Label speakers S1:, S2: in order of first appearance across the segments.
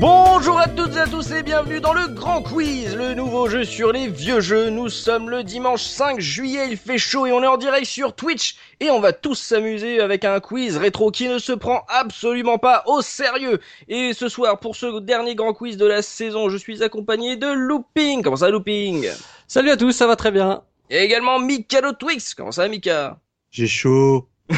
S1: Bonjour à toutes et à tous et bienvenue dans le Grand Quiz, le nouveau jeu sur les vieux jeux. Nous sommes le dimanche 5 juillet, il fait chaud et on est en direct sur Twitch et on va tous s'amuser avec un quiz rétro qui ne se prend absolument pas au sérieux. Et ce soir, pour ce dernier Grand Quiz de la saison, je suis accompagné de Looping. Comment ça, Looping
S2: Salut à tous, ça va très bien.
S1: Et également Mikado Twix. Comment ça, Mika
S3: J'ai chaud.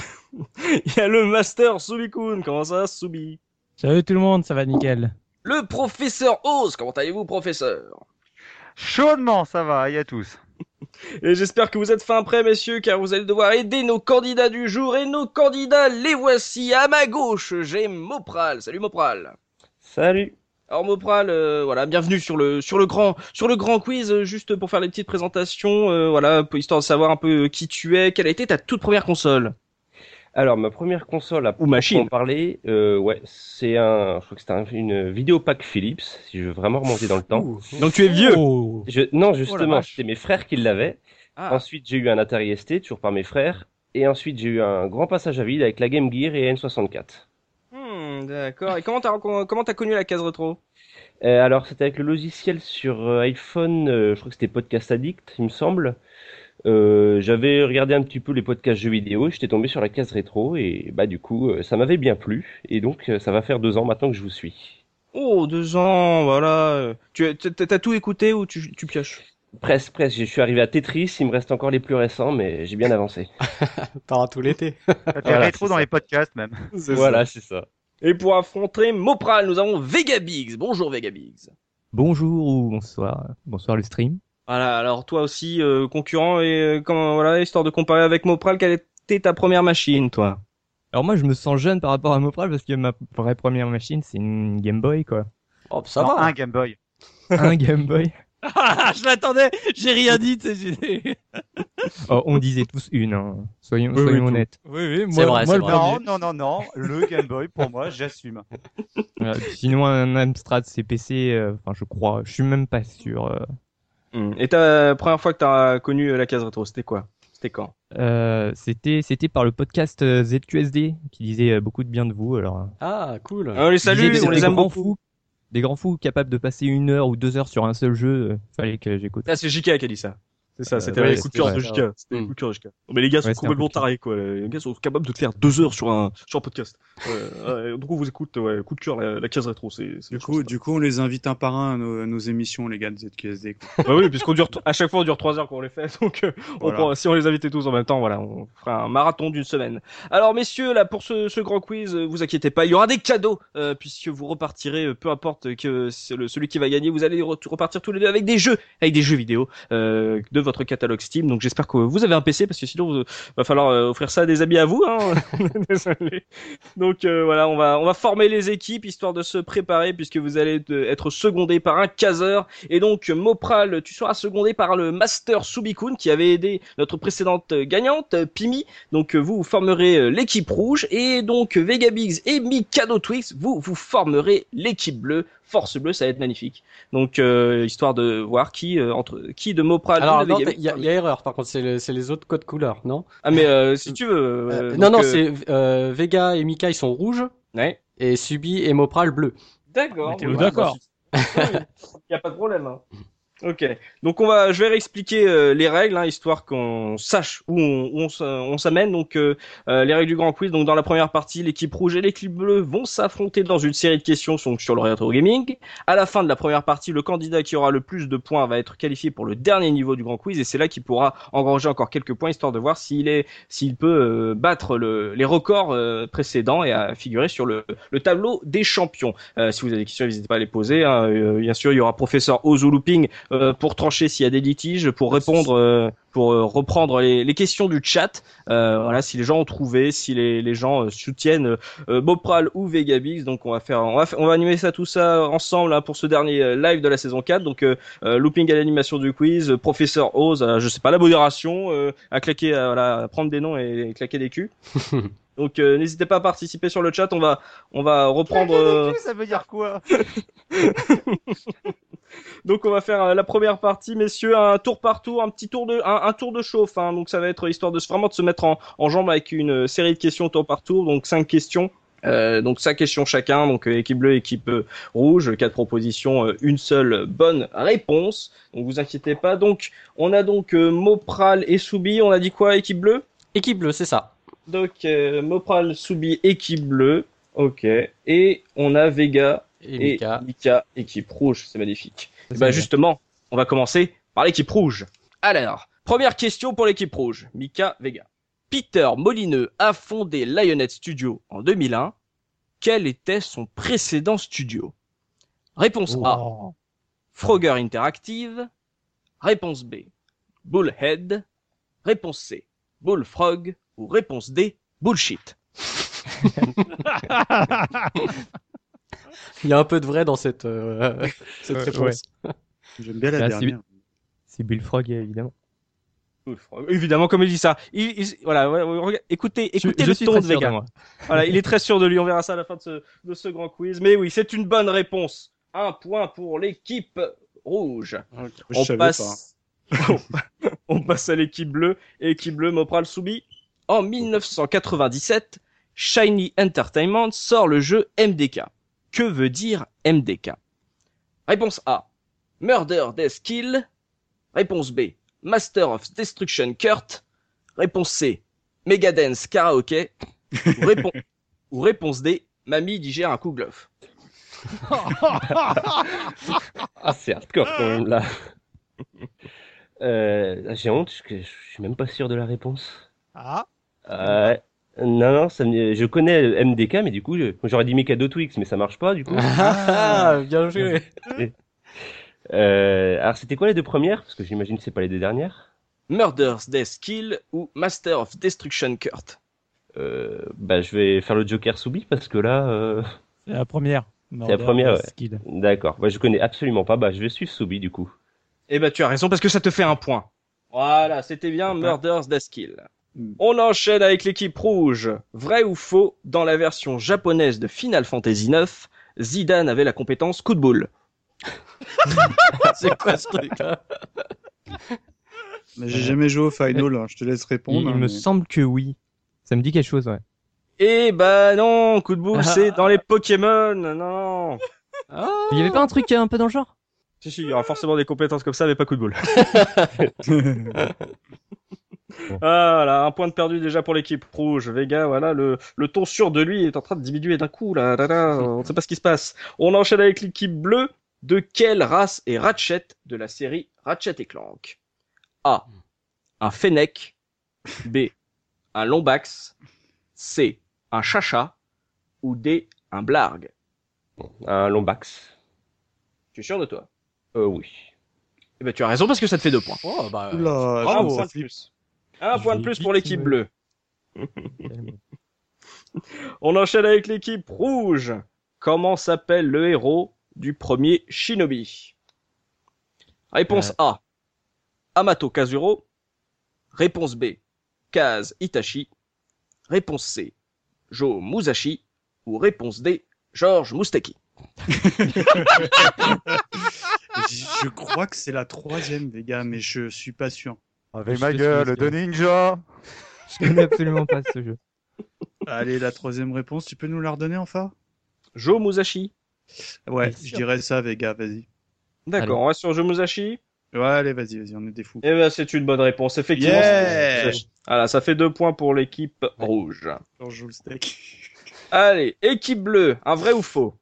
S1: Il y a le Master Subikun. Comment ça, Subi
S4: Salut tout le monde, ça va nickel.
S1: Le professeur Oz. Comment allez-vous, professeur
S5: Chaudement, ça va, y a tous.
S1: Et j'espère que vous êtes fin prêts, messieurs, car vous allez devoir aider nos candidats du jour. Et nos candidats, les voici. À ma gauche, j'ai Mopral. Salut Mopral.
S6: Salut.
S1: Alors Mopral, euh, voilà, bienvenue sur le sur le grand sur le grand quiz. euh, juste pour faire les petites présentations, euh, voilà, pour- histoire de savoir un peu euh, qui tu es, quelle a été ta toute première console.
S6: Alors ma première console à
S1: Ou machine.
S6: proprement parler, euh, ouais, c'est un, je crois que c'était un- une Vidéopack Philips, si je veux vraiment remonter dans le temps.
S1: Donc tu es vieux.
S4: Oh.
S6: Je, non,
S4: Oh la
S6: justement,
S4: vache.
S6: c'était mes frères qui l'avaient.
S1: Ah.
S6: Ensuite, j'ai eu un Atari ST, toujours par mes frères. Et ensuite, j'ai eu un grand passage à vide avec la Game Gear et N64.
S1: Hmm, d'accord. Et comment t'as reco- comment t'as connu la case rétro
S6: Euh, alors, c'était avec le logiciel sur euh, iPhone, euh, je crois que c'était Podcast Addict, il me semble. Euh, j'avais regardé un petit peu les podcasts jeux vidéo, et j'étais tombé sur la case rétro et bah du coup euh, ça m'avait bien plu et donc euh, ça va faire deux ans maintenant que je vous suis.
S1: Oh, deux ans, voilà. Tu as- t'as t'as tout écouté ou tu tu pioches
S6: Presque, presque, je suis arrivé à Tetris, il me reste encore les plus récents mais j'ai bien avancé.
S2: T'auras tout l'été.
S5: T'as fait
S6: Voilà,
S5: rétro
S6: c'est
S5: dans
S6: ça.
S5: les podcasts même.
S6: Voilà, c'est ça.
S1: Et pour affronter Mopral, nous avons Vegabix. Bonjour Vegabix.
S4: Bonjour ou bonsoir, bonsoir le stream.
S1: Voilà, alors toi aussi euh, concurrent et euh, comment- voilà, histoire de comparer avec Mopral, quelle était ta première machine toi
S4: Alors moi je me sens jeune par rapport à Mopral parce que ma vraie première machine c'est une Game Boy quoi.
S2: Oh, ça
S5: Non,
S2: va.
S5: un Game Boy.
S4: Un Game Boy.
S2: Ah, je l'attendais, j'ai rien dit. tu sais, j'ai-
S4: Oh, on disait tous une, hein. soyons,
S2: Oui, oui,
S4: soyons
S2: tout.
S4: honnêtes.
S2: oui, oui,
S4: C'est
S2: moi,
S4: vrai,
S2: moi
S4: c'est
S2: le
S4: vrai.
S5: Non,
S2: premier.
S5: non, non, non. Le Game Boy, pour moi, j'assume.
S4: Voilà. Euh, Sinon un Amstrad CPC, euh, enfin je crois, je suis même pas sûr. euh.
S1: Et ta première fois que t'as connu euh, la case rétro, c'était quoi C'était quand
S4: Euh, c'était, c'était par le podcast euh, ZQSD qui disait euh, beaucoup de bien de vous. Alors, euh,
S2: Ah, cool.
S1: On les
S4: il disait
S1: salue,
S4: que
S1: on
S4: c'était
S1: les
S4: des
S1: aime
S4: grands
S1: beaucoup.
S4: fous, des grands fous capables de passer une heure ou deux heures sur un seul jeu. euh, fallait que j'écoute.
S1: Ah, c'est JK qui a dit ça. C'est ça,
S4: Euh,
S1: c'était
S4: ouais,
S1: les coups de cœur de
S2: c'était-
S1: JK. C'était les
S2: Mm.
S1: coups de cœur de JK. Non, mais les gars
S4: Ouais,
S1: sont
S4: c'était un
S1: complètement
S4: coup de cœur.
S1: tarés, quoi. Les gars sont capables de te faire deux heures sur un, sur un podcast. Euh, ouais, donc on vous écoute, ouais, coup de cœur, la, la case rétro, c'est, c'est
S3: Du coup, du coup, on les invite un par un à nos, à nos émissions, les gars de ZQSD. quoi.
S1: Bah oui, puisqu'on dure, t- à chaque fois on dure trois heures qu'on les fait, donc euh, on
S3: Voilà.
S1: prend- si on les invitait tous en même temps, voilà, on fera un marathon d'une semaine. Alors messieurs, là pour ce, ce grand quiz, euh, vous inquiétez pas, il y aura des cadeaux euh, puisque vous repartirez, euh, peu importe que c'est le- celui qui va gagner, vous allez re- repartir tous les deux avec des jeux, avec des jeux vidéo euh, de votre catalogue Steam. Donc j'espère que vous avez un PC parce que sinon vous, va falloir euh, offrir ça à des amis à vous. Hein. Désolé. Donc euh, voilà, on va on va former les équipes histoire de se préparer puisque vous allez euh, être secondé par un caseur et donc, Mopral, tu seras secondé par le Master Subikun qui avait aidé notre précédente euh, gagnante, euh, Pimi. Donc, euh, vous, vous formerez euh, l'équipe rouge. Et donc, Vegabix et Mikado Twix, vous, vous formerez l'équipe bleue. Force bleue, ça va être magnifique. Donc, euh, histoire de voir qui, euh, entre, qui de Mopral ou
S2: Alors,
S1: de
S2: Ah, non,
S1: Vegabix
S2: il y, a- y a erreur, par contre, c'est le- c'est les autres codes couleurs, non
S1: Ah, mais euh, si tu veux. euh,
S2: Euh,
S1: donc,
S2: Non, non,
S1: euh,
S2: c'est euh, Vega et Mika, ils sont rouges,
S1: Ouais.
S2: et Subi et Mopral, bleu.
S1: D'accord. bah,
S4: Mettez-vous d'accord.
S1: Il n'y a pas de problème. hein. Ok. Donc on va, je vais réexpliquer euh, les règles, hein, histoire qu'on sache où on, où on s- on s'amène. Donc euh, euh, les règles du Grand Quiz. Donc dans la première partie, l'équipe rouge et l'équipe bleue vont s'affronter dans une série de questions sur- sur le rétro gaming. À la fin de la première partie, le candidat qui aura le plus de points va être qualifié pour le dernier niveau du Grand Quiz et c'est là qu'il pourra engranger encore quelques points histoire de voir s'il est, s'il peut euh, battre le- les records euh, précédents et à figurer sur le, le tableau des champions. Euh, si vous avez des questions, n'hésitez pas à les poser. hein. Euh, bien sûr, il y aura professeur Ozu Looping euh, pour trancher s'il y a des litiges, pour répondre, euh, pour euh, reprendre les, les questions du chat. Euh, voilà, si les gens ont trouvé, si les, les gens euh, soutiennent euh, Mopral ou Vegabix. Donc on va faire, on va, fa- on va animer ça tout ça ensemble hein, pour ce dernier euh, live de la saison 4. Donc euh, euh, Looping à l'animation du quiz, euh, professeur Oz, à, je sais pas, la modération, euh, à claquer, à, voilà, à prendre des noms et, claquer des culs. Donc euh, n'hésitez pas à participer sur le chat. On va, on va reprendre. euh,
S5: Ça veut dire quoi
S1: Donc on va faire euh, la première partie, messieurs, un tour par tour, un petit tour de, un, un tour de chauffe. hein. Donc ça va être histoire de se- vraiment de se mettre en, en jambe avec une euh, série de questions tour par tour, donc cinq questions. Euh, donc sa question chacun, donc euh, équipe bleue, équipe euh, rouge, quatre propositions, euh, une seule bonne réponse. Donc vous inquiétez pas. Donc on a donc euh, Mopral et Soubi. On a dit quoi équipe bleue
S2: Équipe bleue, c'est ça.
S1: Donc euh, Mopral, Soubi, équipe bleue. Ok. Et on a Vega
S2: Et
S1: et
S2: Mika.
S1: Mika, équipe rouge. C'est magnifique.
S4: Ça,
S1: Et
S4: c'est
S1: bah
S4: bien.
S1: justement, on va commencer par l'équipe rouge. Alors, première question pour l'équipe rouge, Mika Vega. Peter Molineux a fondé Lionhead Studio en 2001. Quel était son précédent studio Réponse A, Frogger Interactive. Réponse B, Bullhead. Réponse C, Bullfrog. Ou réponse D, Bullshit.
S2: Il y a un peu de vrai dans cette, euh, cette
S4: Ouais,
S2: réponse.
S3: J'aime bien la
S4: Bah, c'est-
S3: dernière.
S4: C'est Bullfrog, évidemment.
S1: Bullfrog. Évidemment, comme il dit ça. Il, il- voilà, ouais, ouais, regarde- écoutez,
S4: Je-
S1: écoutez
S4: je
S1: le
S4: suis
S1: ton
S4: très
S1: de
S4: sûr
S1: Vega.
S4: moi.
S1: Voilà, il est très sûr de lui. On verra ça à la fin de ce, de ce grand quiz. Mais oui, c'est une bonne réponse. Un point pour l'équipe rouge.
S3: Je
S1: on
S3: savais
S1: passe. on passe à l'équipe bleue. Et équipe bleue, Mopral Soubi. En 1997, Shiny Entertainment sort le jeu MDK. Que veut dire MDK Réponse A. Murder Death Kill. Réponse B. Master of Destruction Kurt. Réponse C. Megadance Karaoke. Ou, répon- ou réponse D. Mamie digère un coup de glof.
S6: Ah, c'est hardcore quand même là. Euh, j'ai honte, parce que je suis même pas sûr de la réponse.
S7: Ah,
S6: Euh, non, non, ça me- je connais le MDK, mais du coup, je- j'aurais dit Mikado Twix, mais ça marche pas du coup.
S2: Ah, bien joué.
S6: Euh, alors, c'était quoi les deux premières Parce que j'imagine que c'est pas les deux dernières.
S1: Murder's Death Kill ou Master of Destruction Kurt.
S6: Euh, bah, je vais faire le Joker Soubi parce que là, euh,
S7: c'est la première. Murder
S6: première,
S7: Death
S6: ouais.
S7: Kill.
S6: d'accord. Bah, je connais absolument pas. Bah, je vais suivre Soubi du coup.
S1: Eh ben, tu as raison parce que ça te fait un point. Voilà, c'était bien Murders Daskill.
S3: Mm.
S1: On enchaîne avec l'équipe rouge. Vrai ou faux, dans la version japonaise de Final Fantasy IX, Zidane avait la compétence coup de boule.
S2: c'est quoi ce truc hein
S3: pas. Mais J'ai jamais joué au Final, hein, je te laisse
S4: Il,
S3: répondre.
S4: il
S3: hein,
S4: me
S3: mais-
S4: semble que oui. Ça me dit quelque chose, ouais.
S1: Eh ben non, coup de boule, c'est dans les Pokémon, non.
S4: Il y avait pas un truc euh, un peu dans le genre
S1: Si, si, il y aura forcément des compétences comme ça, mais pas coup de boule. Ah, voilà, un point de perdu déjà pour l'équipe rouge. Vega, voilà, le, le ton sûr de lui est en train de diminuer d'un coup, là, là, là, on ne sait pas ce qui se passe. On enchaîne avec l'équipe bleue. De quelle race est Ratchet de la série Ratchet et Clank A. Un Fennec. B. Un Lombax. C. Un Chacha. Ou D. Un Blarg.
S6: Un Lombax.
S1: Tu es sûr de toi
S6: Euh, oui.
S1: Eh ben, tu as raison parce que ça te fait deux points.
S2: Oh, bah, euh,
S3: Oula,
S1: Un
S3: j'aime
S1: point
S3: ça.
S1: de plus. Un
S2: Je
S1: point de
S2: l'ai
S1: plus pour
S2: vite,
S1: l'équipe
S2: mais-
S1: bleue. On enchaîne avec l'équipe rouge. Comment s'appelle le héros du premier Shinobi Réponse A. Amato Kazuro. Réponse B. Kaz Itachi. Réponse C. Joe Musashi. Ou réponse D. George Moustaki.
S3: J- Je crois que c'est la troisième, les gars, mais je suis pas sûr.
S5: Avec
S4: Je
S5: ma
S4: te
S5: gueule,
S4: suis,
S5: de ninja
S4: Je connais absolument pas ce jeu.
S3: Allez, la troisième réponse, tu peux nous la redonner enfin
S1: Joe Musashi.
S3: Ouais,
S4: Bien sûr.
S3: je dirais ça, les gars, vas-y.
S1: D'accord,
S4: Allez.
S1: on reste sur Joe Musashi.
S3: Ouais, allez, vas-y, vas-y, on est des fous.
S1: Eh ben, c'est une bonne réponse, effectivement.
S3: Yeah
S1: c'est Joe Musashi. Voilà, ça fait deux points pour l'équipe rouge.
S3: Quand je joue le steak.
S1: Allez, équipe bleue, un vrai ou faux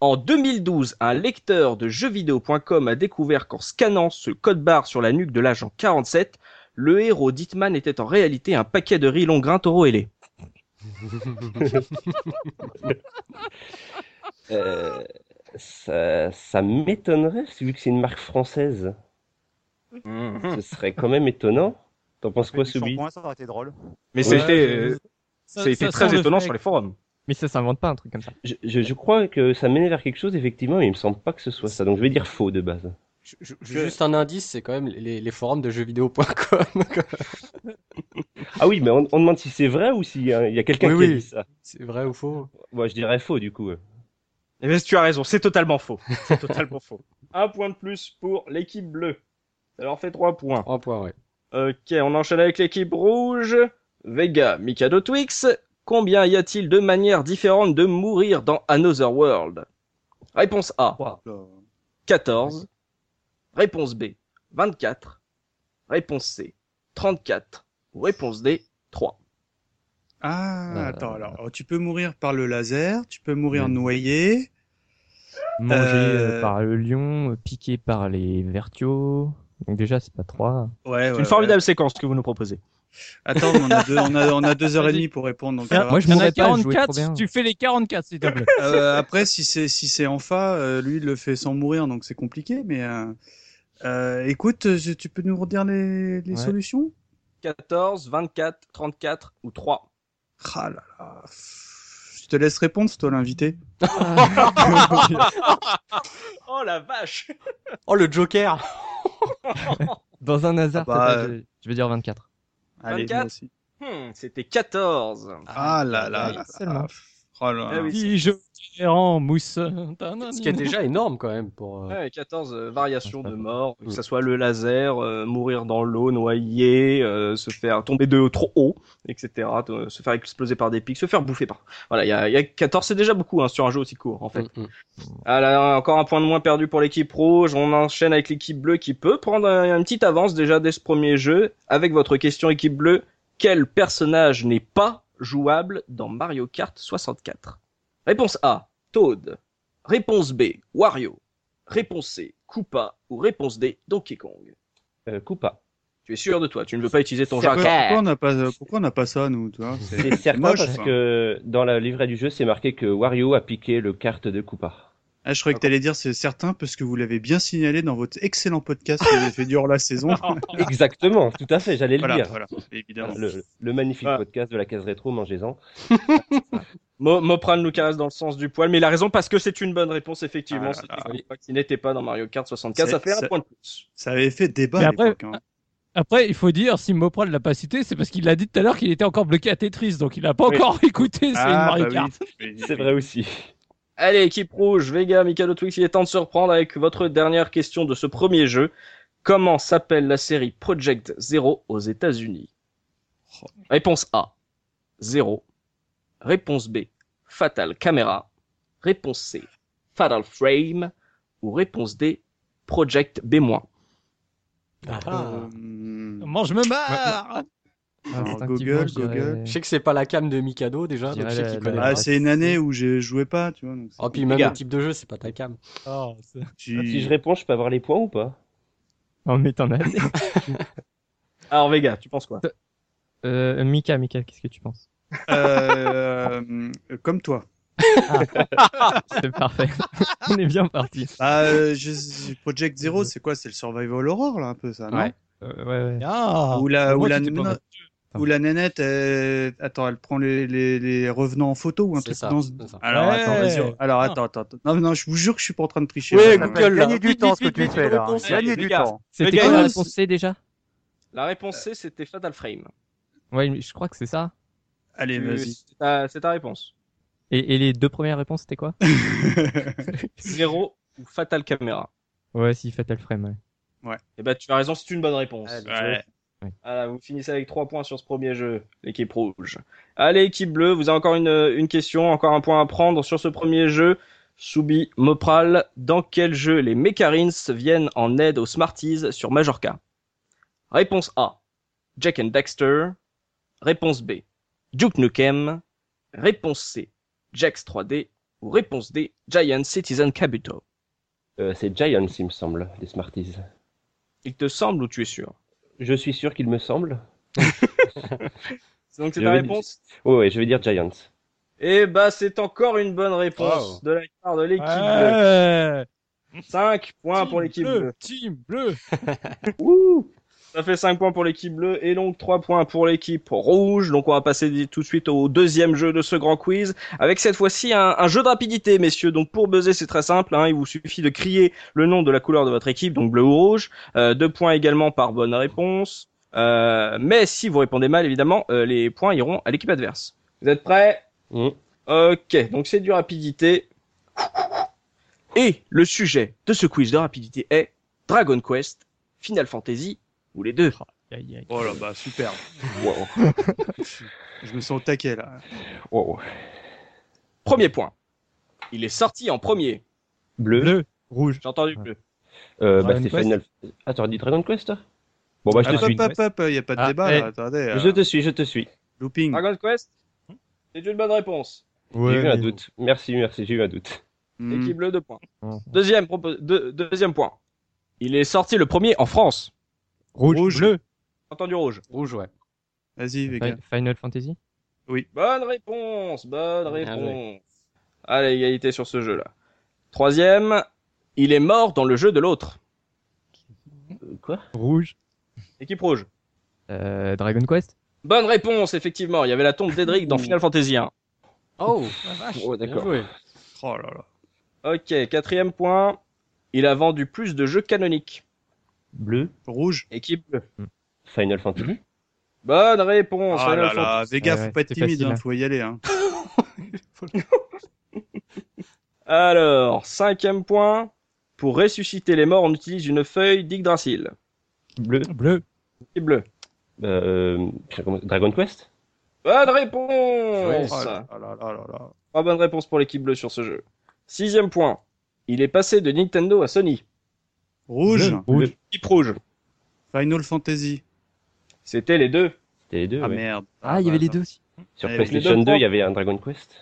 S1: En 2012, un lecteur de jeuxvideo.com a découvert qu'en scannant ce code barre sur la nuque de l'agent 47, le héros d'Hitman était en réalité un paquet de riz long grain taureau ailé.
S6: Euh, ça, ça m'étonnerait vu que c'est une marque française. Ce serait quand même étonnant. T'en penses quoi, Soubi
S5: Shampoing, ça aurait été drôle.
S1: Mais
S6: Ouais,
S1: c'était, euh,
S2: ça-
S1: ça a été
S2: ça
S1: très
S2: sent le
S1: étonnant
S2: fake.
S1: sur les forums.
S4: Mais ça s'invente pas un truc comme ça.
S6: je, je, je crois que ça mène vers quelque chose, effectivement, mais il me semble pas que ce soit ça. Donc je vais dire faux de base.
S2: Ju- ju- Juste un indice, c'est quand même les, les forums de jeuxvideo.com.
S6: Ah oui, mais on, on demande si c'est vrai ou s'il y a, il y a quelqu'un
S2: Oui,
S6: qui
S2: oui.
S6: a dit ça.
S2: c'est vrai ou faux
S6: Moi, je dirais faux, du coup.
S1: Eh bien, tu as raison, c'est totalement faux. C'est totalement faux. Un point de plus pour l'équipe bleue. Ça leur fait trois points.
S2: Un point, ouais.
S1: Ok, on enchaîne avec l'équipe rouge. Vega, Mikado Twix, Combien y a-t-il de manières différentes de mourir dans Another World Réponse A,
S3: Là.
S1: 14. Réponse B, 24. Réponse C, 34. Ou réponse D, 3.
S3: Ah,
S2: Euh,
S3: attends, alors, alors, tu peux mourir par le laser, tu peux mourir noyé.
S4: Mangé euh,
S3: Euh,
S4: par le lion, euh, piqué par les vertios. Donc déjà, c'est pas trois.
S3: Ouais,
S1: C'est
S3: ouais,
S1: une formidable séquence que vous nous proposez.
S3: ouais. Attends, on a deux, on a, on a deux heures et
S7: Vas-y.
S3: demie pour répondre. donc euh,
S7: Il y en a-
S3: ça va.
S4: Ah, Moi, je
S7: il y en
S4: mourrais pas,
S7: a
S4: je jouais
S7: 44,
S4: trop bien.
S7: tu fais les 44 s'il te plaît.
S3: Euh, après, si c'est si c'est en fa, euh, lui il le fait sans mourir, donc c'est compliqué. Mais euh, euh, écoute, euh, tu peux nous redire les, les
S4: Ouais.
S3: solutions
S1: 14, 24, 34 ou 3.
S3: Ah là là, pff, je te laisse répondre, c'est toi l'invité.
S1: Oh la vache
S2: Oh, le Joker
S4: Dans un hasard, Euh,
S3: Ah bah,
S4: peut-être, je, je vais dire 24.
S3: Allez,
S1: 24.
S3: moi aussi.
S1: Hmm, C'était 14.
S3: Ah là là, là,
S4: seulement.
S3: là. Oh là
S1: Ah
S3: là.
S1: oui,
S7: Petit jeu en mousse.
S2: Ce qui est déjà énorme quand même pour. euh,
S1: Ouais, 14 euh, variations de mort, que
S2: Mm.
S1: ce soit le laser, euh, mourir dans l'eau, noyer, euh, se faire tomber de trop haut, etc., euh, se faire exploser par des pics, se faire bouffer par... Voilà, il y a, il y a 14, c'est déjà beaucoup hein, sur un jeu aussi court, en fait.
S2: mm, mm.
S1: Alors, encore un point de moins perdu pour l'équipe rouge, on enchaîne avec l'équipe bleue qui peut prendre un- une petite avance déjà dès ce premier jeu. Avec votre question équipe bleue, quel personnage n'est pas jouable dans Mario Kart 64 Réponse A, Toad. Réponse B, Wario. Réponse C, Koopa. Ou réponse D, Donkey Kong.
S6: Euh, Koopa.
S1: Tu es sûr de toi, tu ne veux pas utiliser ton jeu à
S3: Pourquoi,
S1: carte.
S3: pourquoi on n'a pas, pourquoi on n'a pas ça, nous, tu vois
S6: C'est certain
S3: moche,
S6: parce
S3: ça.
S6: que dans la livret du jeu, c'est marqué que Wario a piqué le carte de Koopa.
S3: Ah, je croyais que t'allais dire c'est certain parce que vous l'avez bien signalé dans votre excellent podcast que vous avez fait durant la saison.
S6: Exactement, tout à fait, j'allais le
S3: voilà,
S6: dire.
S3: voilà, évidemment.
S6: Le, le magnifique
S1: Voilà.
S6: podcast de la case rétro, mangez-en.
S1: Mo- Mopran nous caresse dans le sens du poil, mais il a raison parce que c'est une bonne réponse, effectivement.
S3: Ah là
S1: C'était
S3: là.
S1: Koopa qui n'était pas dans Mario Kart 64,
S3: C'est-
S1: ça fait un
S3: c'est-
S1: point de plus.
S3: Ça avait fait débat
S7: Mais
S3: à
S7: après-
S3: l'époque. hein.
S7: Après, il faut dire, si Mopral l'a pas cité, c'est parce qu'il l'a dit tout à l'heure qu'il était encore bloqué à Tetris, donc il a pas
S6: Oui.
S7: encore écouté c'est
S3: Ah,
S7: Mario
S3: bah oui,
S7: Kart.
S3: oui,
S6: C'est
S3: oui.
S6: vrai aussi.
S1: Allez, équipe rouge, Vega, Mikado Twix, il est temps de se reprendre avec votre dernière question de ce premier jeu. Comment s'appelle la série Project Zero aux États-Unis Réponse A, Zero. Réponse B, Fatal Camera. Réponse C, Fatal Frame. Ou réponse D, Project B-.
S2: Ah.
S3: Euh,
S7: Mange me marre
S3: Alors,
S4: Instinctivement,
S3: Google,
S4: je dirais-
S3: Google.
S2: Je sais que c'est pas la cam de Mikado déjà,
S4: Je
S2: donc
S4: dirais
S2: je sais qu'il
S4: la-
S2: connaît
S4: la-
S2: pas.
S3: Ah, c'est une année où je jouais pas, tu vois. donc c'est-
S2: Oh, puis même
S1: Gars.
S2: le type de jeu, c'est pas ta cam.
S7: Oh, c'est-
S3: Tu-
S6: Si je réponds, je peux avoir les points ou pas
S4: Non, mais t'en as assez.
S1: Alors, Vega, tu penses quoi
S4: Euh, Mika, Mika, qu'est-ce que tu penses
S3: Euh, euh, comme toi.
S4: C'est parfait. On est bien parti.
S3: Bah, euh, je- Project Zero, c'est quoi C'est le Survival Horror, là, un peu ça, non
S2: Ouais.
S4: Euh, ouais, ouais.
S7: Ah,
S3: Où
S7: c'est
S3: la,
S7: moi
S3: où la,
S7: qui t'ai pas
S3: nana- où la nanette, elle- attends, elle prend les, les, les revenants en photo ou un
S2: C'est
S3: truc
S2: ça,
S3: dans ce-
S2: c'est ça.
S3: Alors
S7: Ouais.
S3: attends, vas-y. Alors attends, attends, attends. Non, non, je vous jure que je suis pas en train de tricher.
S2: Ouais,
S3: vraiment.
S2: Google, là.
S5: Gagner du
S7: Vite,
S5: temps
S7: vite,
S5: ce que
S7: vite,
S5: tu
S7: vite,
S5: fais
S7: vite,
S5: là.
S7: réponse.
S5: Gagner
S1: Allez,
S5: du
S1: les gars.
S5: temps.
S4: C'était
S1: Vega,
S4: quoi
S1: il a
S4: la
S1: raison.
S4: réponse C déjà
S1: La
S3: Euh,
S1: réponse C, c'était Fatal Frame.
S4: Ouais, je crois que c'est ça.
S3: Allez,
S1: Tu-
S3: vas-y.
S1: c'est ta- C'est ta réponse.
S4: Et, et les deux premières réponses, c'était quoi
S1: Zero ou Fatal Camera
S4: Ouais, si, Fatal Frame. Ouais.
S1: Eh ben, tu as raison, c'est une bonne réponse.
S3: Ouais.
S1: Voilà, vous finissez avec 3 points sur ce premier jeu, l'équipe rouge. Allez, équipe bleue, vous avez encore une, une question, encore un point à prendre sur ce premier jeu. Soubi Mopral, dans quel jeu les Mekarins viennent en aide aux Smarties sur Majorca Réponse A, Jack and Dexter. Réponse B, Duke Nukem. Réponse C, Jax 3D. Ou réponse D, Giant Citizen Kabuto.
S6: Euh, C'est Giants, il me semble, les Smarties.
S1: Il te semble ou tu es sûr
S6: Je suis sûr qu'il me semble.
S1: Donc c'est
S6: Je
S1: ta
S6: vais-
S1: réponse
S6: Oh, ouais, je vais dire Giants.
S1: Eh bah, c'est encore une bonne réponse
S2: Wow.
S1: de la part de l'équipe bleue.
S7: Ouais.
S1: 5 points
S7: Team
S1: pour l'équipe
S7: bleu,
S1: bleue.
S7: Euh, Team bleu.
S1: Ça fait 5 points pour l'équipe bleue et donc 3 points pour l'équipe rouge. Donc on va passer tout de suite au deuxième jeu de ce grand quiz avec cette fois-ci un, un jeu de rapidité, messieurs. Donc pour buzzer, c'est très simple. hein. Il vous suffit de crier le nom de la couleur de votre équipe, donc bleu ou rouge. Euh, deux points également par bonne réponse. Euh, mais si vous répondez mal, évidemment, euh, les points iront à l'équipe adverse. Vous êtes prêts
S6: Mm.
S1: Ok, donc c'est du rapidité. Et le sujet de ce quiz de rapidité est Dragon Quest, Final Fantasy ou les deux.
S4: Aïe, aïe.
S3: Oh là, bah super.
S6: Wow.
S3: Je me sens au taquet là.
S6: Wow.
S1: Premier point. Il est sorti en premier.
S6: Bleu.
S7: Bleu.
S4: Rouge.
S1: J'ai entendu bleu.
S6: Euh, bah,
S7: Dragon
S6: c'est
S7: Quest.
S6: Final. Ah, t'aurais dit Dragon Quest toi Bon, bah, je te
S3: Hop,
S6: suis.
S3: hop, hop, il n'y a pas de
S7: Ah,
S3: débat
S7: eh.
S3: là. Attendez. euh,
S6: Je te suis, je te suis.
S3: Looping.
S1: Dragon Quest C'est une bonne réponse.
S6: J'ai eu un
S4: mais-
S6: doute. Merci, merci, j'ai eu un doute.
S3: Hmm.
S1: Équipe bleue, deux points.
S4: Mmh.
S1: Deuxième, propo- deux- deuxième point. Il est sorti le premier en France.
S4: Rouge.
S7: Bleu.
S1: J'ai Entendu rouge.
S2: Rouge, ouais.
S3: Vas-y, les gars.
S4: Fi- Final Fantasy
S1: Bonne réponse, bonne
S2: Bien joué.
S1: réponse. Allez, égalité sur ce jeu-là. Troisième, il est mort dans le jeu de l'autre.
S6: Euh, Quoi
S4: Rouge.
S1: Équipe rouge.
S4: Euh, Dragon Quest
S1: Bonne réponse, effectivement. Il y avait la tombe d'Edric
S3: Mm.
S1: dans Final Fantasy 1.
S2: Oh,
S6: Oh, d'accord.
S3: Oh là là.
S1: Ok, quatrième point. Il a vendu plus de jeux canoniques.
S6: Bleu.
S3: Rouge.
S1: Équipe bleue.
S6: Final Fantasy.
S1: Bonne réponse.
S3: Ah
S1: Final
S3: là là,
S1: Fantasy.
S3: Vega,
S4: Ouais, ouais,
S3: faut pas être
S4: c'est
S3: timide,
S4: facile,
S3: hein,
S4: hein.
S3: faut y aller. Hein.
S1: Alors, cinquième point. Pour ressusciter les morts, on utilise une feuille d'Yggdrasil.
S7: Mhm.
S6: Bleu.
S7: Bleu.
S1: Équipe bleue.
S6: Euh, putain, comment- Dragon Quest.
S1: Bonne
S2: Ouais,
S1: réponse.
S3: Oh là là là là là.
S1: Pas bonne réponse pour l'équipe bleue sur ce jeu. Sixième point. Il est passé de Nintendo à Sony.
S3: Rouge.
S4: Rouge.
S1: Équipe rouge.
S3: Final Fantasy.
S1: C'était les deux.
S6: C'était les deux.
S3: Ah
S6: ouais.
S3: merde.
S4: Ah, il y
S3: bah,
S4: avait les
S3: attends.
S4: deux aussi.
S6: Sur
S3: Ouais,
S1: les
S6: PlayStation
S1: deux
S6: 2, il y avait un Dragon Quest.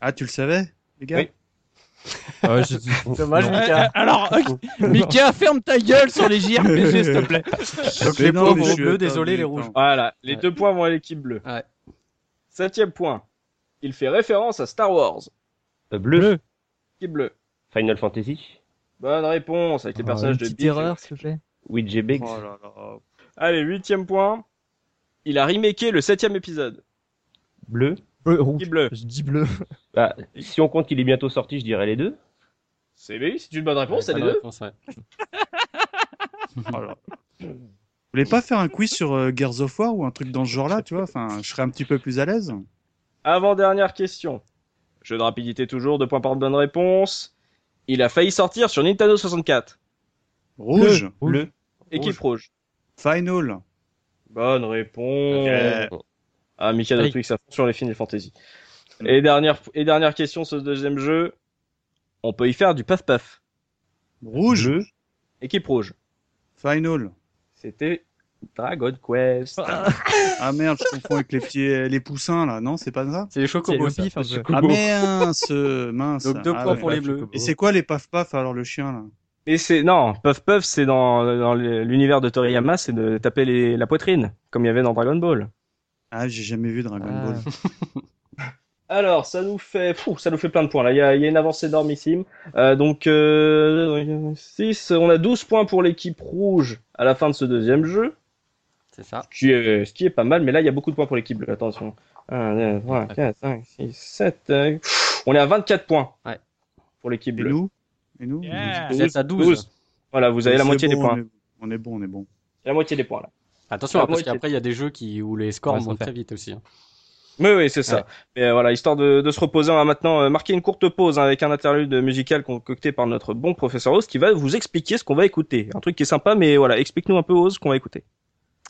S3: Ah, tu le savais, les gars Ah,
S6: Oui.
S2: Dommage,
S7: Euh, euh, alors, ok, Mika, ferme ta gueule sur les JRPG, s'il te plaît.
S3: Donc
S7: les pauvres
S2: bleus, désolé, les rouges.
S1: Voilà. Les
S2: Ouais.
S1: deux points vont à l'équipe bleue.
S2: Ouais.
S1: Septième point. Il fait référence à Star Wars.
S6: Euh, bleu.
S7: Bleu.
S1: Équipe bleue.
S6: Final Fantasy.
S1: Bonne réponse avec les personnages de
S4: Ah, petite
S1: Biff.
S4: erreur, s'il te plaît.
S6: Ouija Bex.
S3: Oh là là.
S1: Allez, huitième point. Il a remaké le septième épisode.
S6: Bleu.
S4: Bleu, rouge.
S1: Équipe bleue.
S4: Je dis bleu.
S6: Bah, si on compte qu'il est bientôt sorti, je dirais les deux.
S1: C'est oui, c'est une bonne réponse, c'est
S2: Ouais,
S1: les
S2: bonne
S1: deux.
S2: réponse, ouais.
S3: Oh là là. Vous voulez pas faire un quiz sur euh, Gears of War ou un truc dans ce genre-là, tu vois Enfin, je serais un petit peu plus à l'aise.
S1: Avant-dernière question. Jeu de rapidité toujours, deux points par bonne réponse. Il a failli sortir sur Nintendo 64.
S3: Rouge.
S6: Bleu.
S1: Équipe rouge.
S3: Final.
S1: Bonne réponse.
S3: Ouais.
S1: Ah, Mika de
S4: Aïe.
S1: Twix à fond sur les Final Fantasy.
S2: Mm.
S1: Et dernière, et dernière question sur ce deuxième jeu. On peut y faire du paf-paf.
S3: Rouge.
S1: Équipe rouge.
S3: Final.
S1: C'était Dragon Quest.
S3: Ah merde, je confonds avec les petits, les poussins là. Non, c'est pas ça
S2: C'est les chocobos,
S4: le
S2: ça.
S4: pif, un
S2: Les
S4: peu.
S3: Ah
S2: chocobos.
S3: mince, euh, mince.
S2: Donc deux
S3: Ah
S2: points
S3: ouais.
S2: pour les bleus.
S3: Et c'est quoi les paf paf alors le chien là
S1: Mais c'est, non, paf-paf, c'est dans, dans l'univers de Toriyama, c'est de taper les- la poitrine, comme il y avait dans Dragon Ball.
S3: Ah, j'ai jamais vu Dragon
S4: Ah.
S3: Ball.
S1: Alors, ça nous fait, pfou, ça nous fait plein de points. Là, il y a, il y a une avance énormissime. Euh, donc, euh, 6, on a 12 points pour l'équipe rouge à la fin de ce deuxième jeu.
S2: C'est ça.
S1: Ce qui, est, euh, ce qui est pas mal, mais là, il y a beaucoup de points pour l'équipe bleue. Attention. 1, 2, 3, 4, 5, 6, 7. euh, On est à 24 points
S2: Ouais.
S1: pour l'équipe
S3: Et
S1: bleue.
S3: nous Et nous
S7: Yeah.
S2: Vous êtes à 12.
S1: 12. Voilà, vous avez la
S3: C'est
S1: moitié
S3: bon,
S1: des points.
S3: On est bon, on est bon.
S1: La moitié des points, là.
S2: Attention,
S1: Ah,
S2: hein, parce
S1: ouais,
S2: qu'après, il y a des jeux qui... où les
S4: On
S2: scores
S4: va s'en
S2: montent
S4: faire.
S2: très vite aussi. hein.
S1: Mais oui, c'est ça.
S2: Ouais.
S1: Mais euh, voilà, histoire de, de se reposer, on va maintenant euh, marquer une courte pause hein, avec un interlude musical concocté par notre bon professeur Oz qui va vous expliquer ce qu'on va écouter. Un truc qui est sympa, mais voilà, explique-nous un peu Oz ce qu'on va écouter.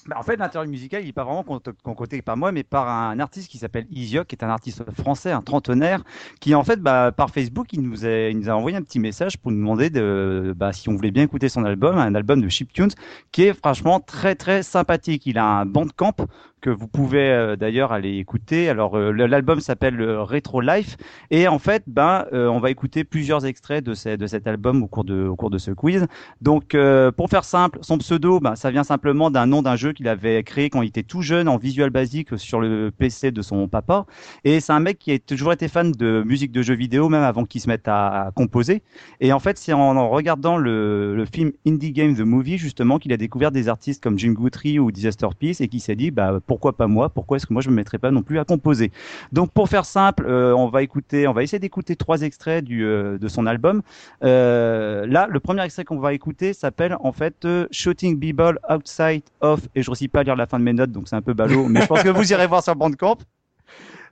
S5: Bah, en fait, l'interlude musical, il n'est pas vraiment con- con- côté par moi, mais par un artiste qui s'appelle Isioc, qui est un artiste français, un trentenaire, qui en fait, bah, par Facebook, il nous, a, il nous a envoyé un petit message pour nous demander de, bah, si on voulait bien écouter son album, un album de Chiptunes, qui est franchement très très sympathique. Il a un bandcamp que vous pouvez euh, d'ailleurs aller écouter. Alors, euh, le- l'album s'appelle euh, Retro Life, et en fait, ben, euh, on va écouter plusieurs extraits de, ces- de cet album au cours de, au cours de ce quiz. Donc, euh, pour faire simple, son pseudo, bah, ça vient simplement d'un nom d'un jeu qu'il avait créé quand il était tout jeune en visual basique sur le PC de son papa. Et c'est un mec qui a toujours été fan de musique de jeux vidéo, même avant qu'il se mette à, à composer. Et en fait, c'est en, en regardant le, le film Indie Game The Movie, justement, qu'il a découvert des artistes comme Jim Guthrie ou Disaster Peace et qui s'est dit, bah, pourquoi pas moi Pourquoi est-ce que moi je me mettrais pas non plus à composer Donc, pour faire simple, euh, on va écouter, on va essayer d'écouter trois extraits du, euh, de son album. Euh, là, le premier extrait qu'on va écouter s'appelle en fait euh, Shooting People Outside of, et je ne pas lire la fin de mes notes, donc c'est un peu ballot, mais je pense que vous irez voir sur Bandcamp.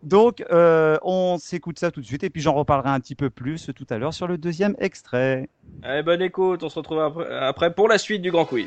S5: Donc, euh, on s'écoute ça tout de suite, et puis j'en reparlerai un petit peu plus tout à l'heure sur le deuxième extrait.
S1: Allez, bonne écoute, on se retrouve après, après pour la suite du grand quiz.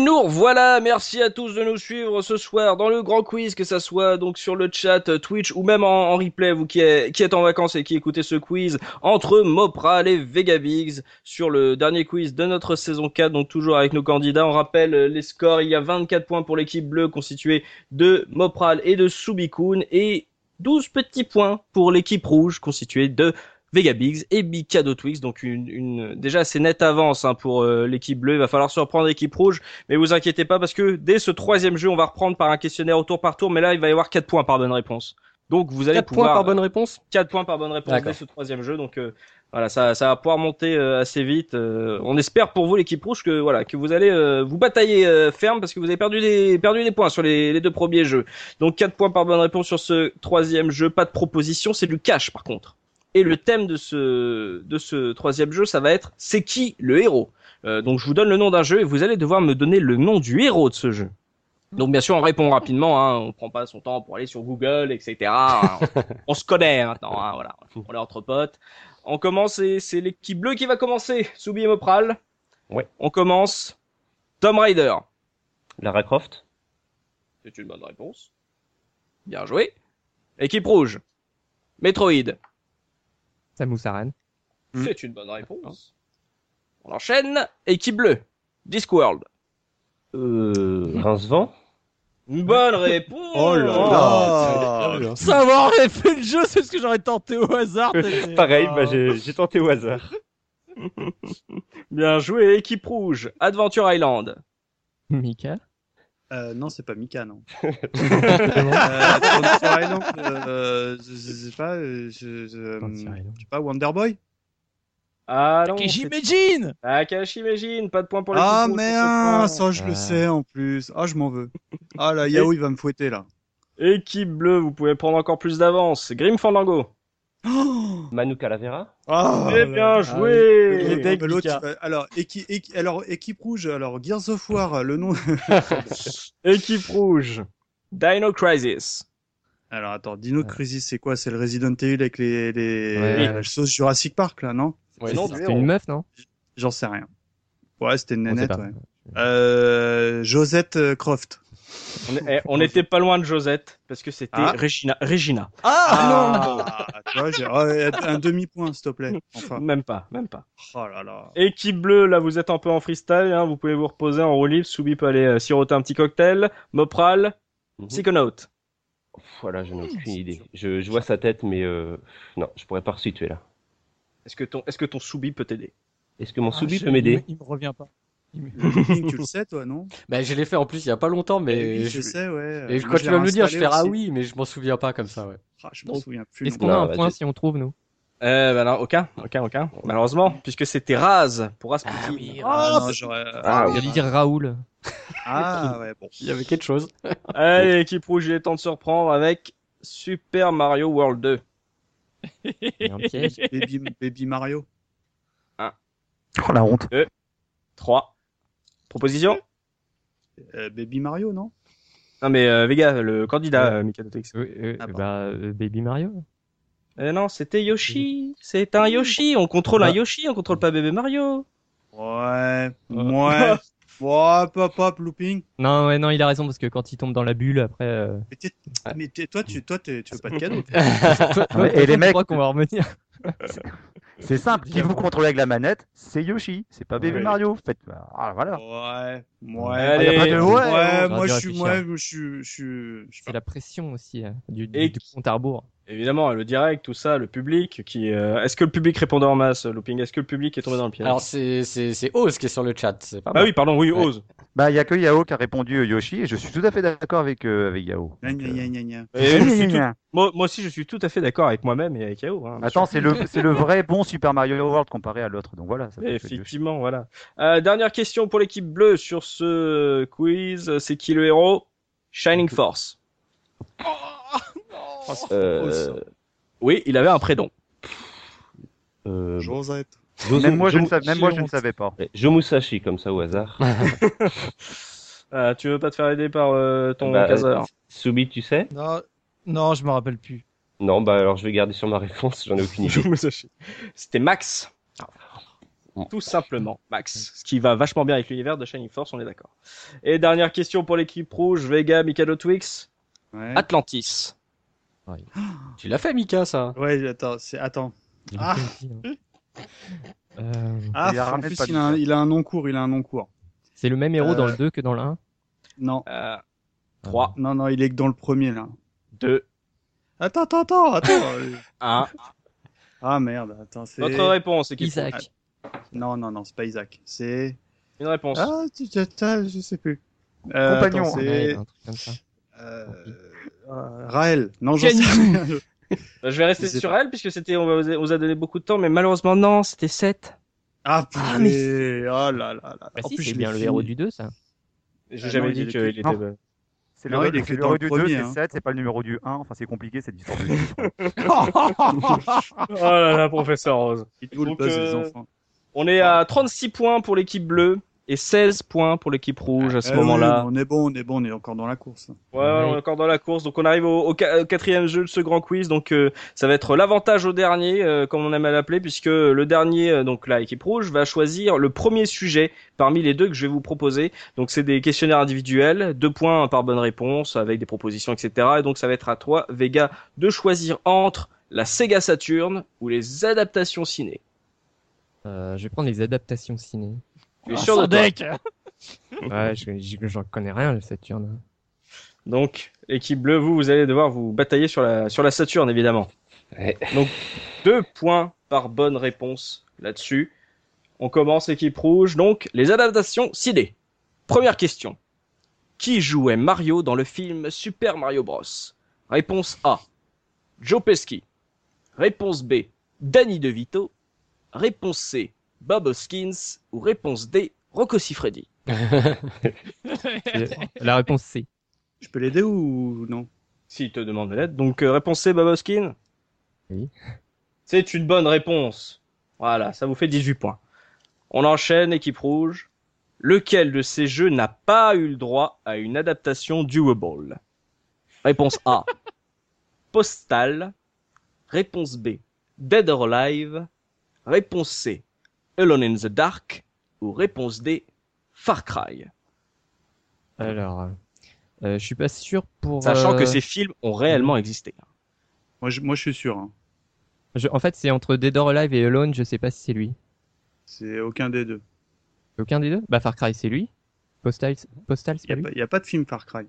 S1: Nour. Voilà, merci à tous de nous suivre ce soir dans le grand quiz, que ça soit donc sur le chat euh, Twitch ou même en, en replay, vous qui, êtes- qui êtes en vacances et qui écoutez ce quiz entre Mopral et Vegabigs sur le dernier quiz de notre saison 4, donc toujours avec nos candidats. On rappelle euh, les scores, il y a 24 points pour l'équipe bleue constituée de Mopral et de Subikun et 12 petits points pour l'équipe rouge constituée de Vegabix et Mikado Twix. Donc une, une déjà assez nette avance hein, pour euh, l'équipe bleue. Il va falloir surprendre l'équipe rouge, mais vous inquiétez pas parce que dès ce troisième jeu, on va reprendre par un questionnaire au tour par tour. Mais là, il va y avoir quatre points par bonne réponse. Donc vous allez
S2: 4
S1: pouvoir
S2: points par bonne réponse
S1: 4 points par bonne réponse dès
S2: D'accord.
S1: ce troisième jeu. Donc euh, voilà, ça, ça va pouvoir monter euh, assez vite. Euh, on espère pour vous l'équipe rouge que voilà que vous allez euh, vous batailler euh, ferme parce que vous avez perdu des perdu des points sur les, les deux premiers jeux. Donc 4 points par bonne réponse sur ce troisième jeu. Pas de proposition, c'est du cash par contre. Et le thème de ce de ce troisième jeu, ça va être c'est qui le héros. Euh, donc je vous donne le nom d'un jeu et vous allez devoir me donner le nom du héros de ce jeu. Donc bien sûr on répond rapidement, hein, on prend pas son temps pour aller sur Google, etc. hein, on se connaît maintenant, hein, voilà.
S3: Mmh.
S1: On est entre potes. On commence et c'est l'équipe bleue qui va commencer. Soubi et Mopral.
S6: Ouais.
S1: On commence. Tom Raider.
S6: Lara Croft,
S1: C'est une bonne réponse. Bien joué. Équipe rouge. Metroid.
S4: Samus Aran.
S3: Mmh.
S5: Hmm.
S1: C'est une bonne réponse. On enchaîne. Équipe bleue. Discworld.
S6: euh, Rincevent,
S1: Une bonne réponse.
S3: Mmh. Oh là là
S7: Savoir avoir fait le jeu, c'est ce que j'aurais tenté au hasard.
S6: pareil, bah, j'ai j'ai tenté au hasard.
S1: Bien joué. Équipe rouge. Adventure Island.
S4: Mika.
S3: Euh, non, c'est pas Mika, non. euh, Transfer Island, euh, je, je sais pas, euh, je, je, euh,
S4: Frontier
S3: je
S4: Island.
S3: sais pas, Wonderboy
S1: Ah non.
S7: Et
S1: c'est-
S7: j'imagine
S1: Takashi Meijin. Pas de point pour l'équipe
S3: Ah
S1: rouge.
S3: mais
S1: sur ce point.
S3: hein, ça je le
S4: Ah.
S3: sais en plus. Ah je m'en veux. Ah là, Yao il va me fouetter là.
S1: Équipe bleue, vous pouvez prendre encore plus d'avance. Grim Fandango.
S3: Oh
S6: Manu Calavera,
S3: Ah,
S1: Très
S3: là.
S1: bien
S3: Ah,
S1: joué.
S3: oui, mais l'autre, il va- alors, équi- équi- alors, équipe rouge, alors Gears of War, le nom.
S1: Équipe rouge. Dino Crisis.
S3: Alors attends, Dino Crisis, c'est quoi C'est le Resident Evil avec les, les
S4: Ouais.
S3: la sauce Jurassic Park là, non
S2: Ouais,
S1: Non,
S2: c'est-
S1: du
S4: C'était
S1: héros.
S4: une meuf, non
S3: J'en sais rien. Ouais, c'était une
S4: On sait
S3: nanette,
S4: pas.
S3: ouais. Euh, Josette euh, Croft.
S1: On, eh, on était pas loin de Josette parce que c'était
S3: Ah.
S1: Regina. Regina.
S3: Ah, non tu vois, j'ai- oh, Un demi-point, s'il te plaît. Enfin.
S1: Même pas, même pas.
S3: Oh là là.
S1: Équipe bleue, là vous êtes un peu en freestyle, hein, vous pouvez vous reposer en roue libre. Soubi peut aller euh, siroter un petit cocktail. Mopral,
S6: Mhm.
S1: Psychonaut.
S6: Voilà, je n'ai aucune idée. Je, je vois sa tête, mais euh, non, je pourrais pas resituer là.
S1: Est-ce que ton, est-ce que ton Soubi peut t'aider
S6: Est-ce que
S4: Ah,
S6: mon Soubi
S7: je-
S6: peut m'aider
S7: il- Il me revient pas.
S3: Link, tu le sais, toi, non
S2: Bah, je l'ai fait en plus il y a pas longtemps, mais.
S3: Oui,
S2: je-
S3: je sais, ouais.
S2: Et
S3: Moi,
S2: quand
S3: je
S2: tu
S3: l'ai
S2: vas me le dire, je
S3: installé
S2: fais ah
S3: aussi.
S2: oui, mais je m'en souviens pas comme ça, ouais.
S3: Ah, je me souviens plus.
S4: Est-ce
S3: non.
S4: qu'on a un
S6: Bah,
S4: point
S6: j'ai-
S4: si on trouve, nous
S1: Euh, bah non, aucun, aucun, aucun. Malheureusement, puisque c'était Raz pour Rasputin.
S3: Ah, non, j'aurais-
S6: Ah, oui.
S4: J'allais dire Raoul.
S3: Ah, ouais, bon.
S2: Il y avait quelque chose.
S1: Allez, équipe rouge, il est temps de se reprendre avec Super Mario World 2.
S4: Il y a un piège.
S3: Baby, Baby Mario.
S5: Oh la honte.
S1: 3. Proposition
S3: Euh, Baby Mario, non
S1: Non mais euh, Vega, le candidat
S4: Ouais.
S1: euh, Mikado Twix.
S4: Oui, euh,
S3: Ah bon.
S4: bah, euh, Baby Mario.
S1: Euh, non, c'était Yoshi. C'est un Yoshi. On contrôle un
S4: Bah.
S1: Yoshi, on contrôle pas bébé Mario.
S3: Ouais,
S2: Euh.
S3: ouais. Ouais, pop, pop, looping.
S4: Non, ouais, non, il a raison parce que quand il tombe dans la bulle, après. euh,
S3: Mais, t'es- mais t'es- toi, tu, toi t'es- tu veux pas de cadeau.
S4: toi,
S5: et les
S4: tu
S5: mecs-
S4: crois qu'on va revenir.
S5: C'est simple. Si vous contrôlez avec la manette, c'est Yoshi. C'est pas Baby
S1: Ouais.
S5: Mario. Faites. Ah, voilà.
S3: Ouais,
S1: Allez.
S3: ouais.
S5: Il y a pas de- Ouais,
S3: Euh, Ouais,
S5: ouais.
S3: moi, je
S4: dû
S3: suis,
S4: réfléchir.
S3: ouais, je suis, je suis, je suis
S4: C'est la pression aussi euh, du, du,
S1: Et-
S4: du compte à rebours.
S1: Évidemment, le direct, tout ça, le public qui. euh, Est-ce que le public répondait en masse, Looping Est-ce que le public est tombé dans le piège
S2: Alors, c'est, c'est, c'est Oz qui est sur le chat, c'est pas
S1: Ah
S2: moi.
S1: oui, pardon, oui,
S2: Ouais.
S1: Ose.
S5: Bah, il y a que Yao qui a répondu euh, Yoshi et je suis tout à fait d'accord avec euh, avec Yao.
S3: Gna,
S5: Donc,
S3: gna,
S5: euh,
S3: gna, gna, gna.
S1: Et je suis tout-
S5: Gna.
S1: moi, moi aussi, je suis tout à fait d'accord avec moi-même et avec Yao. hein, bien
S5: Attends,
S1: sûr.
S5: c'est le c'est le vrai bon Super Mario World comparé à l'autre. Donc voilà. ça peut être Yoshi.
S1: Effectivement, voilà. Euh, dernière question pour l'équipe bleue sur ce quiz. C'est qui le héros Shining Force.
S3: Oh, c'est
S6: Euh,
S1: Oui, il avait un prénom.
S6: euh,
S3: Josette.
S6: Jozo-
S5: Même moi je
S6: Jomu-
S5: ne savais même moi je ne savais pas.
S6: Ouais, Jomusashi, comme ça au hasard.
S1: Euh, tu veux pas te faire aider par euh, ton
S6: Bah,
S1: caseur
S6: Soubi, tu sais
S7: Non, non, je me rappelle plus.
S6: Non, bah alors je vais garder sur ma réponse, j'en ai aucune idée.
S1: C'était Max. Tout simplement, Max. Ce qui va vachement bien avec l'univers de Shining Force, on est d'accord. Et dernière question pour l'équipe rouge, Vega, Mikado Twix.
S3: Ouais.
S1: Atlantis.
S2: Tu l'as fait, Mika, ça
S3: Ouais, attends, c'est... attends. Ah.
S4: Euh,
S3: Ah,
S5: Il la
S3: en
S5: ramène
S3: plus,
S5: pas
S3: il a, un, il a un nom court, il a un nom court.
S4: c'est le même héros dans le
S3: Euh,
S4: 2 que dans le 1
S3: Non,
S1: Euh,
S5: Ah.
S1: 3,
S3: non, non, il est que dans le premier, là.
S1: 2,
S3: Attends, attends, attends, attends. euh,
S1: 1.
S3: ah, merde, attends, c'est...
S1: Votre réponse, équipe.
S4: ah,
S2: Isaac.
S3: Non, non, non, c'est pas Isaac. C'est...
S1: Une réponse.
S7: Hein
S3: Ah, tu, tu- tu- je sais plus. Euh,
S5: Compagnon. Ah,
S3: attends,
S4: Ouais,
S3: c'est...
S4: un truc comme ça.
S3: euh, euh, Raël. Non, j'en sais
S7: Kenny.
S3: rien.
S1: Bah, Je vais rester
S3: Je sais
S1: sur
S3: pas.
S1: elle puisque c'était on, va- on vous a donné beaucoup de temps, mais malheureusement non, c'était 7.
S3: Ah,
S4: Ah,
S3: mais... Oh là là là.
S4: Bah
S3: en
S4: si,
S3: plus,
S4: c'est
S3: je
S4: bien
S3: l'ai
S4: le
S3: fini.
S4: héros du 2, ça.
S1: J'ai
S3: Ah,
S1: jamais
S3: non,
S1: dit
S3: il
S1: qu'il
S3: était-
S1: était.
S5: Non.
S1: euh,
S5: C'est
S3: Non,
S5: le,
S3: il est que
S5: le
S3: dans
S5: numéro
S3: le
S5: du 2,
S3: premier,
S5: c'est
S3: hein.
S5: 7, c'est pas le numéro du 1. Enfin, c'est compliqué cette histoire. de-
S1: Oh là là, professeur Rose.
S3: Il est où le
S1: Donc,
S3: buzz, les
S1: euh,
S3: enfants
S1: On est à 36 points pour l'équipe bleue et 16 points pour l'équipe rouge à ce
S3: Eh oui,
S1: moment-là.
S3: On est bon, on est bon, on est encore dans la course.
S1: Ouais, ouais, on est encore dans la course. Donc on arrive au, au qua- au quatrième jeu de ce grand quiz. Donc euh, ça va être l'avantage au dernier, euh, comme on aime à l'appeler, puisque le dernier, euh, donc là, équipe rouge, va choisir le premier sujet parmi les deux que je vais vous proposer. Donc c'est des questionnaires individuels, deux points par bonne réponse, avec des propositions, etc. Et donc ça va être à toi, Vega, de choisir entre la Sega Saturn ou les adaptations ciné.
S4: Euh, je vais prendre les adaptations ciné.
S1: Tu es
S7: Ah,
S1: sûr de
S7: sans
S1: toi
S7: deck
S4: Ouais, je- je- j'en connais rien, le Saturne.
S1: Donc, équipe bleue, vous, vous allez devoir vous batailler sur la, sur la Saturne, évidemment.
S6: Ouais.
S1: Donc, deux points par bonne réponse là-dessus. On commence, équipe rouge. Donc, les adaptations ciné. Première question. Qui jouait Mario dans le film Super Mario Bros Réponse A. Joe Pesci. Réponse B. Danny DeVito. Réponse C. Bob Hoskins. Ou réponse D. Rocco Siffredi.
S4: La réponse C.
S3: Je peux l'aider ou non
S1: S'il te demande de l'aide. Donc, euh, réponse C, Baboskin
S4: Oui.
S1: C'est une bonne réponse. Voilà, ça vous fait 18 points. On enchaîne, équipe rouge. Lequel de ces jeux n'a pas eu le droit à une adaptation duable Réponse A. Postal. Réponse B. Dead or Alive. Réponse C. Alone in the Dark. Ou réponse D. Far Cry.
S4: Alors, euh, euh, je suis pas sûr pour.
S1: Sachant que
S4: euh,
S1: ces films ont réellement existé.
S3: moi je, moi, je suis sûr. hein.
S4: je- en fait, c'est entre Dead or Alive et Alone, je sais pas si c'est lui.
S3: C'est aucun des deux.
S4: Aucun des deux Bah, Far Cry, c'est lui. Postal, Postal c'est
S3: Il
S4: lui.
S3: n'y a, pas de film Far Cry.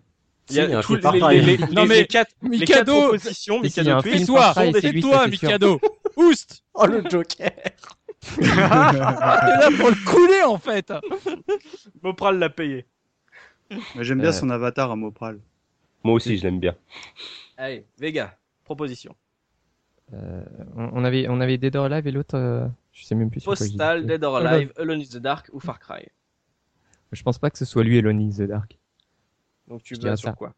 S1: Il y a,
S2: Si, il y a un
S1: tous
S2: film
S1: les,
S2: Far
S1: les,
S2: Cry.
S1: les- les-
S7: Non,
S1: les
S7: mais
S1: quatre, les quatre
S7: Mikado,
S1: propositions,
S4: si,
S1: Mikado
S4: il y a un
S1: Twix.
S4: film.
S7: Tais-toi,
S4: Far Cry, c'est lui, ça,
S7: tais-toi,
S4: c'est sûr.
S7: Mikado. Oust
S2: Oh, le Joker
S7: T'es là pour le couler, en fait
S1: Mopral l'a payé.
S3: Mais J'aime bien
S2: Euh.
S3: son avatar à Mopral.
S6: Moi aussi, je l'aime bien.
S1: Allez, Vega, proposition.
S4: On, Euh, on avait, on avait Dead or Alive et l'autre, euh, je sais même plus. sur quoi
S1: Postal,
S4: j'hésitais.
S1: Dead or Alive, Alone in the Dark ou Far Cry.
S4: Je pense pas que ce soit lui, Alone in the Dark.
S1: Donc tu
S4: Je
S1: vas
S4: dirais
S1: sur
S4: ça.
S1: quoi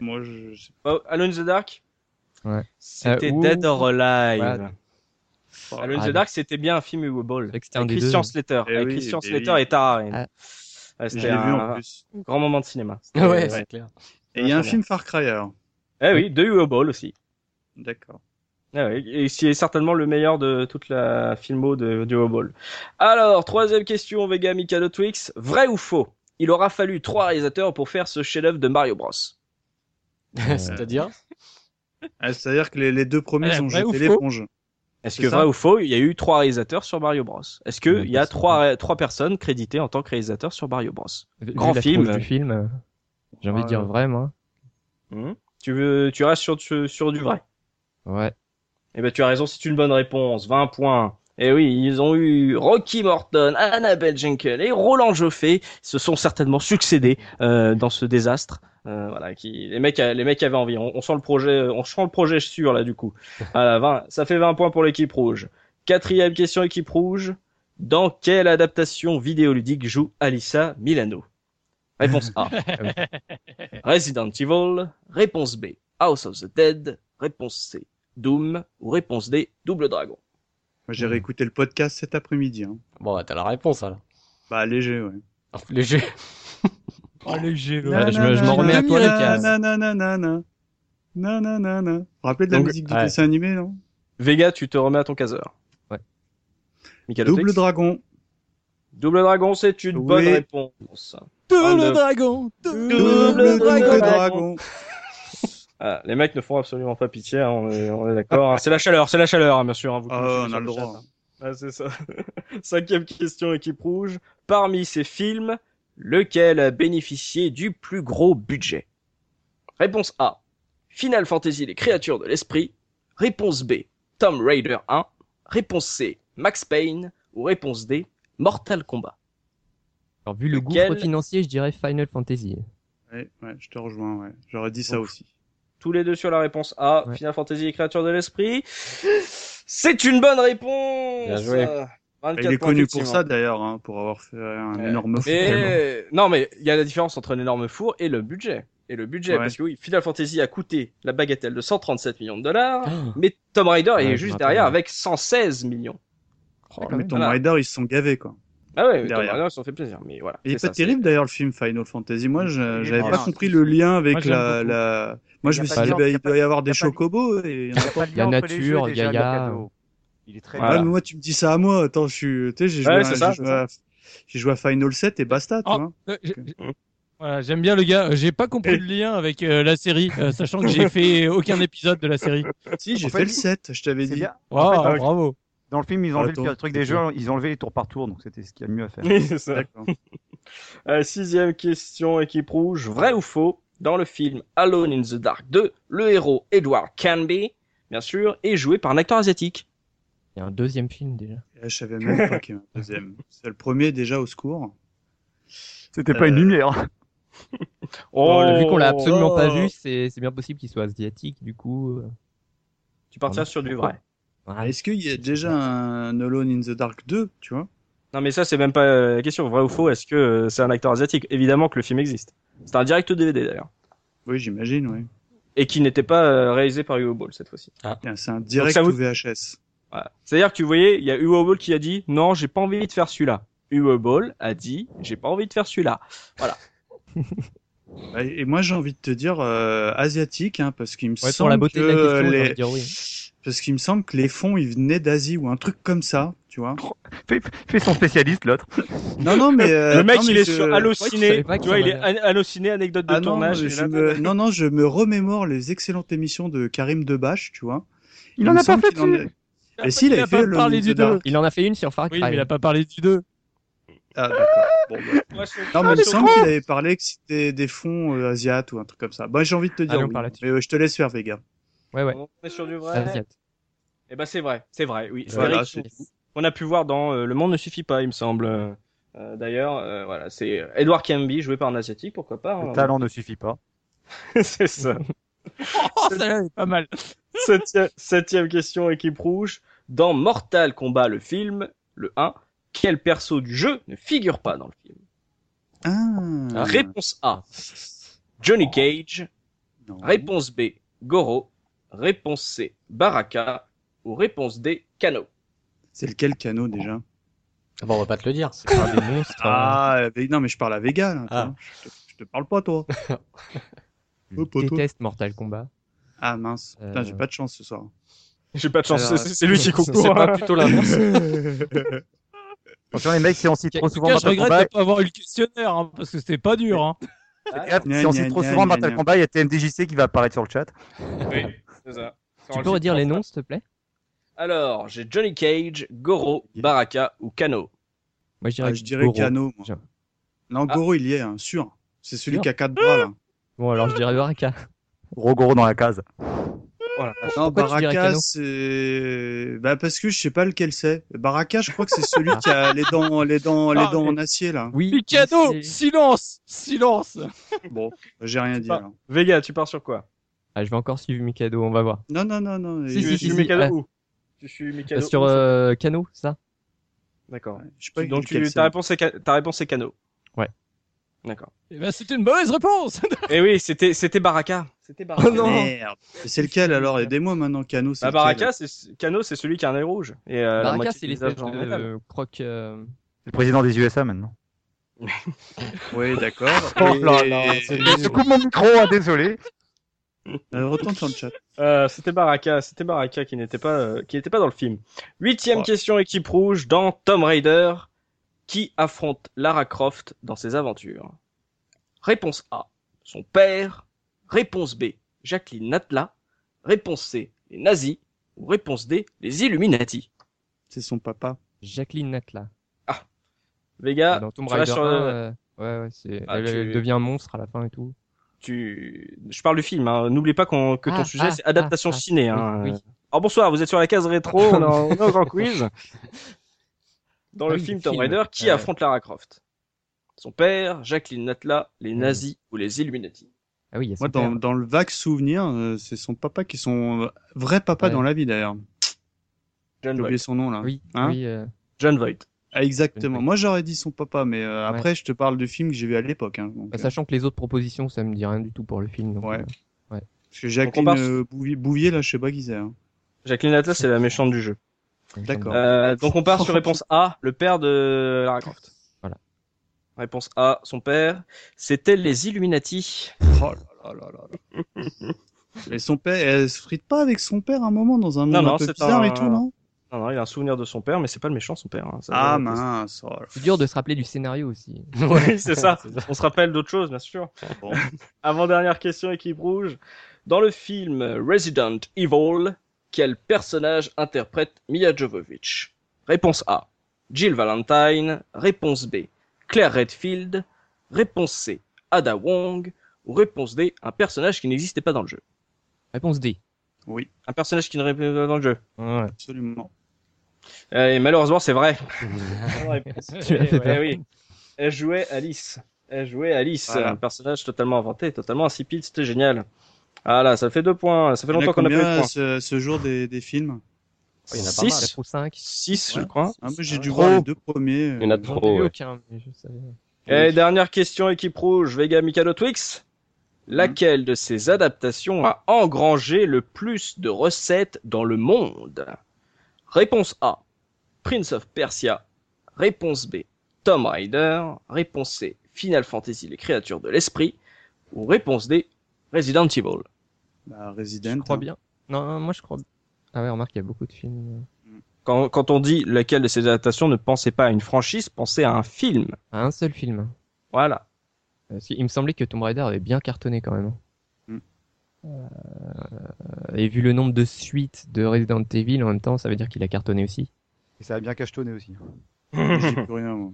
S3: Moi, je, je sais
S1: Oh, Alone in the Dark
S4: Ouais.
S1: C'était
S4: Euh, ou-
S1: Dead or Alive.
S4: Voilà.
S3: pas.
S1: Alone in the
S4: Ah,
S1: Dark, c'était bien un film Hugo
S4: C'est vrai que c'était un
S1: Avec
S4: des deux.
S1: Christian Slater.
S3: Eh
S1: avec
S3: oui,
S1: Christian
S3: eh
S1: Slater
S3: oui.
S1: et Tara Reid.
S4: Ah.
S1: Ouais,
S3: Je
S1: c'était
S3: l'ai vu en
S1: un
S3: plus.
S1: grand moment de cinéma. C'était-
S2: Ouais,
S1: ouais.
S2: c'est clair.
S3: Et il y a un
S1: vachement
S3: film Far Cry alors.
S1: Eh oui, de Hugo Ball aussi.
S3: D'accord.
S1: Ah ouais, et c'est certainement le meilleur de toute la filmo de, du Ball. Alors, troisième question, Vega Mikado Twix. Vrai ou faux Il aura fallu trois réalisateurs pour faire ce chef-d'œuvre de Mario Bros.
S2: Euh, C'est-à-dire
S3: Ah, C'est-à-dire que les, les deux premiers
S7: Ouais,
S3: ont
S7: vrai Ah, ou
S3: jeté
S7: faux
S3: l'éponge.
S1: Est-ce
S3: C'est
S1: que
S3: ça
S1: vrai ou faux Il y a eu trois réalisateurs sur Mario Bros. Est-ce que
S4: Ouais,
S1: il y a
S4: parce-
S1: trois, trois personnes créditées en tant que réalisateurs sur Mario Bros.
S4: Vu
S1: Grand
S4: la
S1: film.
S4: tronche du film, euh, j'ai envie de
S3: Ouais.
S4: dire vrai, moi.
S1: Hmm tu veux, tu restes sur, sur, sur du vrai
S4: Ouais.
S1: Eh ben, tu as raison, c'est une bonne réponse. 20 points. Eh oui, ils ont eu Rocky Morton, Annabelle Jenkel et Roland Joffé. Ils se sont certainement succédés euh, dans ce désastre. Euh, voilà, qui, les mecs, les mecs avaient envie. On, on sent le projet, euh, on sent le projet sûr là du coup. Voilà, 20, ça fait 20 points pour l'équipe rouge. Quatrième question, équipe rouge. Dans quelle adaptation vidéoludique joue Alissa Milano Réponse A. Resident Evil. Réponse B. House of the Dead. Réponse C. Doom ou réponse D, Double Dragon.
S3: Moi, J'ai réécouté le podcast cet après-midi. hein.
S2: Bon, bah, t'as la réponse, alors.
S3: Bah léger, ouais.
S2: Oh, Les jeux.
S7: Oh, le G, le...
S4: Ouais, je me- je m'en remets à toi,
S3: Nanana,
S4: Lucas.
S3: nanana, nanana. Nanana. Vous vous rappelez de la
S1: Donc,
S3: musique du
S2: ouais.
S3: dessin animé, non
S1: Vega, tu te remets à ton caseur.
S4: Ouais.
S1: Michael
S3: Double
S1: Otex
S3: Dragon.
S1: Double Dragon, c'est une
S3: Oui.
S1: bonne réponse.
S7: Double
S1: Double
S7: dragon
S1: Double
S3: Double
S1: dragon.
S3: dragon.
S1: Ah, les mecs ne font absolument pas pitié, hein, on est, on est d'accord. hein. C'est la chaleur, c'est la chaleur, hein, bien sûr. hein, vous connaissez
S3: Ah, on
S1: sur
S3: a le
S1: chat,
S3: droit.
S1: hein. Ah, c'est ça. Cinquième question, équipe rouge. Parmi ces films, lequel a bénéficié du plus gros budget Réponse A. Final Fantasy Les Créatures de l'Esprit. Réponse B. Tomb Raider 1. Réponse C. Max Payne. Ou réponse D. Mortal Kombat.
S4: Alors, vu le
S1: Lequel
S4: gouffre financier, je dirais Final Fantasy.
S3: hein. Ouais, ouais, je te rejoins, ouais. J'aurais dit ça
S1: Ouf.
S3: aussi.
S1: Tous les deux sur la réponse A.
S4: Ouais.
S1: Final Fantasy Les Créatures de l'Esprit. C'est une bonne réponse
S2: Bien joué.
S1: Euh,
S3: Et
S1: 24
S3: Il est
S1: points,
S3: connu pour
S1: effectivement.
S3: ça d'ailleurs, hein, pour avoir fait un
S1: Ouais.
S3: énorme fou.
S1: Mais non, mais il y a la différence entre un énorme four et le budget. Et le budget,
S3: Ouais.
S1: parce que oui, Final Fantasy a coûté la bagatelle de 137 millions de dollars,
S3: Oh.
S1: mais Tomb Raider
S2: Ouais,
S1: est
S2: je
S1: juste
S2: m'attendais.
S1: derrière avec 116 millions.
S3: Mais ton
S1: Voilà.
S3: Raider, ils se sont gavés quoi.
S1: Ah ouais, mais Tomb
S3: Derrière.
S1: Raider, ils se sont fait plaisir, mais voilà.
S3: Et il est
S1: c'est
S3: pas
S1: ça,
S3: terrible d'ailleurs le film Final Fantasy. Moi, je-
S5: Il est
S3: j'avais
S5: bien.
S3: pas compris le lien
S7: Moi,
S3: avec
S7: j'aime
S3: la,
S7: beaucoup.
S3: la.
S5: Il
S3: Moi,
S5: y
S3: je
S5: a
S3: me
S5: pas
S3: suis
S5: de
S3: dit,
S5: lien,
S3: bah,
S5: il y a
S3: il
S5: pas
S3: doit y avoir
S5: il y a pas
S3: des
S5: de-
S3: chocobos. Et... il y en a pas.
S4: y a nature, il y a Yaya.
S5: Il est très
S1: Voilà.
S3: Ah, mais moi, tu me dis ça à moi. Attends, je suis. Tu sais, j'ai joué,
S1: Ouais,
S3: à-
S1: c'est ça,
S3: j'ai
S1: c'est
S3: joué à... j'ai joué à Final 7 et basta, tu
S5: Ah,
S7: Oh.
S3: vois.
S7: Euh, j'ai- j'ai- Voilà, j'aime bien le gars. Euh, J'ai pas compris le lien avec euh, la série, euh, sachant que j'ai fait aucun épisode de la série.
S3: Si, j'ai
S5: En fait,
S3: fait le 7, je t'avais
S5: C'est
S3: dit.
S5: bien.
S7: Waouh,
S5: En fait,
S7: bravo.
S5: Dans le film, ils ont enlevé
S3: Attends,
S5: le truc des
S3: ok.
S5: jeux, ils ont enlevé les tours par tour, donc c'était ce qu'il y a de mieux à faire.
S1: Oui, c'est ça.
S3: D'accord.
S1: Euh, sixième question, équipe rouge, vrai ou faux Dans le film Alone in the Dark 2, le héros Edward Canby, bien sûr, est joué par un acteur asiatique.
S4: Il y a un deuxième film déjà.
S3: Et Je savais même pas qu'il y avait un deuxième. C'est le premier déjà au secours.
S5: C'était
S3: pas une
S5: lumière.
S4: Bon, vu qu'on l'a
S1: Oh.
S4: absolument pas vu, c'est c'est bien possible qu'il soit asiatique, du coup. euh,
S1: Tu partiras sur du vrai.
S4: ouais.
S3: Ah, Est-ce qu'il y a déjà un Alone in the Dark 2, tu vois
S1: Non mais ça c'est même pas euh, la question, vrai ou faux, est-ce que euh, c'est un acteur asiatique Évidemment que le film existe. C'est un direct DVD d'ailleurs.
S3: Oui, j'imagine, oui.
S1: Et qui n'était pas euh, réalisé par Hugo Ball cette fois-ci.
S3: Tiens, C'est un direct
S1: ça vous-
S3: ou VHS.
S1: Voilà. C'est-à-dire que tu voyais, il y a Hugo Ball qui a dit non j'ai pas envie de faire celui-là. Hugo Ball a dit j'ai pas envie de faire celui-là.
S3: Bah, Et moi, j'ai envie de te dire euh, asiatique, hein, parce qu'il me
S4: Ouais, pour
S3: semble
S4: la beauté
S3: que
S4: de la question, j'ai
S3: les-
S4: envie de dire oui.
S3: parce qu'il me semble que les fonds ils venaient d'Asie ou un truc comme ça, tu vois.
S5: Fais, fais son spécialiste, l'autre.
S3: Non, non, mais euh,
S1: le mec
S3: non, mais
S1: il est
S3: je-
S1: sur
S4: je
S1: Allociné,
S4: savais pas
S1: tu
S4: que
S1: vois
S4: ça
S1: il est
S4: valait.
S1: an- Allociné anecdote de
S3: Ah non,
S1: tournage.
S3: je
S1: il est là,
S3: me... non, non, je me remémore les excellentes émissions de Karim Debache, tu vois.
S5: Il
S3: me
S5: en a pas
S3: semble
S5: fait
S3: qu'il en
S5: une.
S3: a- Et
S7: il
S3: s'il avait
S7: a
S3: fait
S7: pas
S3: le
S7: parlé du
S3: Ninja Dark.
S7: 2.
S4: Il en a fait une sur Far
S7: Oui,
S4: Cry.
S7: mais il a pas parlé du 2.
S3: Ah, d'accord. Bon, bah.
S1: Moi, je-
S3: Non, mais
S1: Ah,
S3: il me
S1: mais
S3: semble qu'il avait parlé que c'était des fonds euh, asiates ou un truc comme ça. Bah, j'ai envie de te dire.
S4: Allez, on
S3: oui.
S4: parle là-dessus.
S3: Mais euh, je te laisse faire, Vega.
S4: Ouais, ouais.
S1: On est sur du vrai.
S4: Asiate.
S1: Et ben c'est vrai, c'est vrai, oui. C'est
S3: Voilà,
S1: vrai que-
S3: c'est-
S1: on a pu voir dans euh, Le Monde ne suffit pas, il me semble. Euh, D'ailleurs, euh, voilà, c'est Edward Camby joué par un asiatique, pourquoi pas. hein.
S5: Le talent ne suffit pas.
S1: c'est ça.
S7: Oh, ça est pas mal.
S1: Septième, septième question, équipe rouge. Dans Mortal Kombat, le film, le 1, quel perso du jeu ne figure pas dans le film
S3: Ah, Oh.
S1: Réponse A, Johnny Cage.
S3: non.
S1: Réponse B, Goro. Réponse C, Baraka. Ou réponse D, Kano.
S3: C'est lequel canot déjà
S2: Bon, on va pas te le dire.
S4: C'est pas des monstres. hein.
S3: Ah, euh, Ve- non, mais je parle à Vega. Là,
S2: Ah.
S3: toi. je, te, je te parle pas, toi.
S4: je
S3: Oh, poteau.
S4: déteste Mortal Kombat.
S3: Ah mince, putain,
S4: Euh.
S3: j'ai pas de chance ce soir.
S1: J'ai pas de chance,
S4: Alors,
S1: c'est hein. c'est lui qui
S2: C'est
S1: concourt.
S2: pas plutôt l'inverse.
S5: Attention, les mecs, si on cite trop
S7: En tout
S5: souvent
S7: cas, je
S5: Mortal
S7: regrette
S5: Kombat,
S7: de pas avoir eu le questionnaire, hein, parce que c'était pas dur. Hein.
S5: Hop, si on cite trop souvent Mortal Kombat, il y a TMDJC qui va apparaître sur le chat.
S1: Oui, c'est ça.
S4: Tu peux redire les noms, s'il te plaît
S1: Alors, j'ai Johnny Cage, Goro, Baraka ou Kano.
S4: Moi, je dirais,
S3: Ah, je dirais
S4: Goro.
S3: canot, moi.
S4: Tiens.
S3: Non,
S1: Ah.
S3: Goro, il y est, hein, sûr. C'est celui
S4: Sûr.
S3: qui a quatre bras, là.
S4: Bon, alors je dirais Baraka.
S5: Gros gros dans la case.
S3: Non,
S4: Ah, Pourquoi tu dirais
S3: Baraka,
S4: Kano
S3: c'est. Bah, parce que je sais pas lequel c'est. Baraka, je crois que c'est celui qui a les dents, les dents, les
S7: Ah,
S3: dents
S7: mais-
S3: en acier, là.
S4: Oui.
S7: Mikado,
S4: mais c'est-
S7: silence, silence.
S3: Bon, j'ai rien dit,
S1: pas-
S3: alors.
S1: Vega, tu pars sur quoi
S4: Ah, je vais encore suivre Mikado, on va voir.
S3: Non, non, non, non.
S4: Si,
S3: je-
S1: tu
S4: si,
S1: suis
S4: si,
S1: Mikado
S4: ah.
S1: où Tu suis Mikado
S4: Euh, sur
S1: où, ça
S4: euh, Kano, c'est ça
S1: D'accord.
S3: Je sais
S1: Tu-
S3: pas
S1: Donc
S3: lequel
S1: tu,
S3: c'est.
S1: ta, réponse est, ca- ta réponse est Kano.
S4: Ouais.
S1: D'accord.
S7: Eh ben, c'était une mauvaise réponse.
S1: Et Eh oui, c'était c'était Baraka. C'était Baraka.
S7: Oh non.
S3: Merde. Mais C'est lequel alors Aidez-moi maintenant, Cano. c'est
S1: hein. Bah,
S3: lequel
S1: Baraka, c'est Kano, c'est celui qui a un œil rouge. Et euh, la
S4: Baraka,
S1: moitié du
S4: c'est l'espèce
S1: visage en métal.
S4: de croque. euh,
S5: Le président des USA maintenant.
S3: Oui, d'accord.
S5: Oh là
S3: Et-
S5: là,
S3: et-
S5: Je coupe mon micro, ah, désolé.
S3: Euh, Retourne sur le chat.
S1: Euh, c'était Baraka, c'était Baraka qui n'était pas euh, qui n'était pas dans le film. Huitième
S3: Ouais.
S1: question équipe rouge dans Tomb Raider. Qui affronte Lara Croft dans ses aventures Réponse A, son père. Réponse B, Jacqueline Natla. Réponse C, les nazis. Ou réponse D, les Illuminati.
S3: C'est son papa.
S4: Jacqueline Natla.
S1: Vega,
S4: Ah, dans Tomb
S1: Ah, tu vas
S4: Raider
S1: sur le-
S4: 1, euh, ouais, ouais, c'est,
S1: Ah,
S4: elle,
S1: tu-
S4: elle devient un monstre à la fin et tout.
S1: tu... je parle du film. hein. N'oublie pas qu'on- que ton
S4: Ah,
S1: sujet
S4: ah,
S1: c'est adaptation
S4: ah, ah.
S1: ciné. hein.
S4: Oui, oui.
S1: Alors bonsoir, vous êtes sur la case rétro, on est en- on est au grand quiz. Dans
S4: Ah
S1: le
S4: oui,
S1: film
S4: le
S1: Tomb
S4: film.
S1: Raider, qui
S4: Ouais.
S1: affronte Lara Croft Son père, Jacqueline Natla, les nazis ou les Illuminati
S4: Ah oui, il y a
S3: Moi,
S4: son
S3: dans,
S4: père.
S3: dans le vague souvenir, euh, c'est son papa qui est son euh, vrai papa
S4: Ouais.
S3: dans la vie d'ailleurs.
S1: John
S3: J'ai oublié
S1: Voight.
S3: son nom là.
S4: Oui,
S3: Hein
S4: oui, euh,
S1: John Voight.
S3: Ah, exactement. Moi, j'aurais dit son papa, mais euh, après, je te parle du film que j'ai vu à l'époque. Hein, donc,
S4: bah,
S3: euh,
S4: sachant que les autres propositions, ça me dit rien du tout pour le film. donc,
S3: Ouais.
S4: euh,
S3: parce que
S1: on
S3: Jacqueline
S1: part-
S3: euh, Bouvier, Bouvier, là, je sais pas qui c'est. hein.
S1: Jacqueline Natla, c'est la méchante du jeu.
S4: ça me
S3: D'accord.
S4: semble-
S1: Euh, donc on part sur réponse A, le père de Lara Croft.
S4: Voilà.
S1: Réponse A, son père, c'était les Illuminati.
S3: Oh là là là là là. Et son père, elle se frite pas avec son père à un moment dans un monde
S1: non,
S3: un peu
S1: c'est
S3: bizarre
S1: un-
S3: et tout, non
S1: Non, non, il a un souvenir de son père, mais c'est pas le méchant son père. hein. Ça-
S3: Ah mince. oh là.
S4: C'est dur de se rappeler du scénario aussi.
S1: Oui, c'est ça. On se rappelle d'autres choses, bien sûr.
S3: Bon.
S1: Avant-dernière question, équipe rouge. Dans le film Resident Evil, quel personnage interprète Mia Jovovich Réponse A. Jill Valentine. Réponse B. Claire Redfield. Réponse C. Ada Wong. Ou réponse D. Un personnage qui n'existait pas dans le jeu.
S4: Réponse D.
S1: Un personnage qui n'existait pas dans le jeu.
S4: Ouais.
S3: Absolument.
S1: Euh, Et malheureusement, c'est vrai. Bonne réponse.
S4: Tu m'as fait
S1: Eh
S4: peur.
S1: oui. Elle jouait Alice. Elle jouait Alice,
S3: Voilà.
S1: un personnage totalement inventé, totalement insipide, c'était génial. Ah là, ça fait deux points. Ça fait
S3: Il y en a
S1: longtemps qu'on n'a pas eu
S3: combien,
S1: de points.
S3: ce, ce jour des, des films
S4: Il y en a pas mal.
S1: Six,
S4: 4 ou 5.
S1: 6 je
S3: Ouais.
S1: crois.
S3: Ah, moi, J'ai dû
S6: Trop.
S3: voir les deux premiers.
S6: Il y en a
S3: euh,
S6: Ah, trop.
S4: J'en ai eu
S6: Oh, ouais.
S4: aucun, hein, mais je savais.
S1: Et dernière question, équipe rouge, Vega Mikado Twix. Laquelle de ces adaptations a engrangé le plus de recettes dans le monde Réponse A. Prince of Persia. Réponse B. Tom Rider. Réponse C. Final Fantasy, les créatures de l'esprit. Ou réponse D. Resident Evil.
S3: bah,
S4: Je
S3: Resident.
S4: crois
S3: hein.
S4: bien. Non, non, moi je crois. Ah ouais, remarque, il y a beaucoup de films.
S1: Quand, quand on dit laquelle de ces adaptations, ne pensez pas à une franchise, pensez à un film.
S4: À un seul film.
S1: Voilà.
S4: Parce qu'il Euh, me semblait que Tomb Raider avait bien cartonné quand même.
S3: Mm.
S4: Euh, et vu le nombre de suites de Resident Evil en même temps, ça veut dire qu'il a cartonné aussi.
S5: Et ça a bien cachetonné aussi.
S3: J'ai plus rien. moi.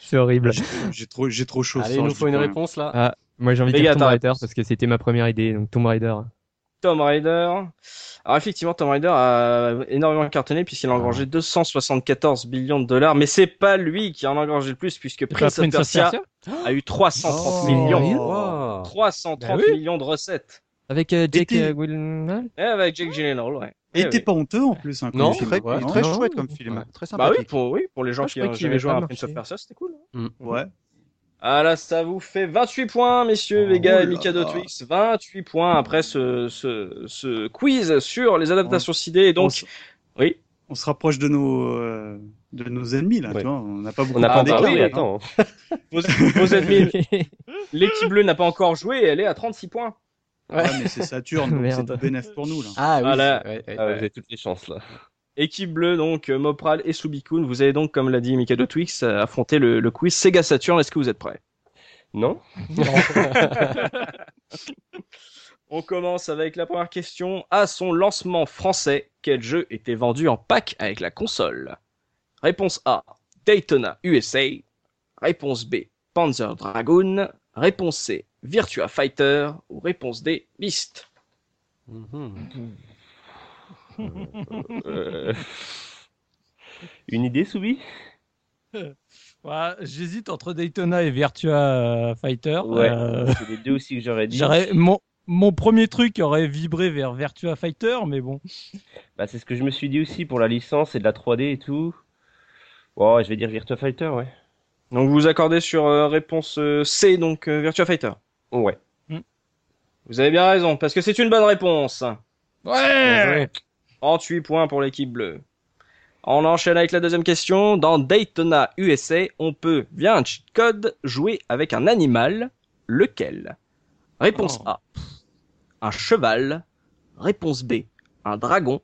S4: C'est horrible.
S3: J'ai- J'ai trop, j'ai trop chaud. ce
S2: Allez, il
S3: soir,
S2: nous
S3: je dis
S2: faut une
S3: plus rien.
S2: réponse là.
S4: Ah, moi j'ai envie de
S1: Les
S4: dire
S1: gars,
S4: Tomb
S1: ta
S4: Raider
S1: réponse.
S4: parce que c'était ma première idée, donc Tomb Raider.
S1: Tom Raider. Alors effectivement, Tom Raider a énormément cartonné puisqu'il a
S4: Ah.
S1: engrangé 274 millions de dollars. Mais c'est pas lui qui en a engrangé le plus puisque
S7: T'as
S1: Prince of Persia a eu 330
S3: Oh.
S1: millions.
S4: Ah
S2: Wow.
S1: 330
S2: Bah oui.
S1: millions de recettes.
S4: Avec euh, Jake
S3: t'es-
S4: euh, Gyllenhaal
S1: Et avec Jake Gyllenhaal, ouais.
S3: Et
S1: Eh
S3: t'es
S1: oui.
S3: pas honteux en plus. Hein, comme
S2: Non,
S3: film.
S5: Oh, Très,
S2: Ouais.
S5: très
S4: Non.
S5: chouette comme film.
S4: Ouais.
S5: Très
S1: Bah oui,
S5: sympathique.
S1: pour, oui, pour les gens
S4: Moi, Ah, je
S1: qui
S4: croyais
S1: ont
S4: qu'il
S1: jamais
S4: avait
S1: joué
S4: pas
S1: à Prince
S4: marché.
S1: of Persia, c'était cool. hein.
S3: Ouais.
S1: Ah là, ça vous fait 28 points, messieurs, Vega et
S3: là
S1: Mikado
S3: là.
S1: Twix. 28 points après ce, ce, ce quiz sur les adaptations ciné. Et
S3: On
S1: donc,
S3: s-
S1: oui.
S3: on se rapproche de nos, euh, de nos ennemis là.
S6: Ouais.
S3: Tu vois, on n'a pas beaucoup.
S6: On n'a
S3: de
S6: pas
S1: Ah,
S6: encore
S3: décalage,
S1: déclaré,
S6: parlé,
S1: hein.
S6: attends.
S1: Vos, vos ennemis, l'équipe bleue n'a pas encore joué et elle est à 36 points.
S3: hein. Ouais, mais c'est Saturne, donc c'est
S4: Merde.
S3: tout bénef pour nous là.
S2: Ah oui.
S1: Voilà.
S2: ouais, ouais.
S6: Ah, Vous avez toutes les chances là.
S1: Équipe bleue, donc euh, Mopral et Subikun. Vous allez donc, comme l'a dit Mikado Twix, euh, affronter le, le quiz Sega Saturn. Est-ce que vous êtes prêts
S6: Non
S1: On commence avec la première question. À son lancement français, quel jeu était vendu en pack avec la console Réponse A. Daytona USA. Réponse B. Panzer Dragoon. Réponse C. Virtua Fighter. Ou réponse D. Beast.
S2: Mhm.
S6: Euh, Une idée, Soubi
S7: Ouais, J'hésite entre Daytona et Virtua euh, Fighter.
S6: Ouais,
S7: Euh,
S6: c'est les deux aussi que j'aurais dit.
S7: j'aurais- mon, mon premier truc aurait vibré vers Virtua Fighter, mais bon.
S6: Bah, c'est ce que je me suis dit aussi pour la licence et de la 3D et tout. Bon, je vais dire Virtua Fighter, ouais.
S1: Donc vous vous accordez sur euh, réponse euh, C, donc euh, Virtua Fighter.
S6: Ouais.
S1: Vous avez bien raison, parce que c'est une bonne réponse.
S7: Ouais
S1: 38 points pour l'équipe bleue. On enchaîne avec la deuxième question. Dans Daytona USA, on peut, via un cheat code, jouer avec un animal. Lequel Réponse A. Un cheval. Réponse B. Un dragon.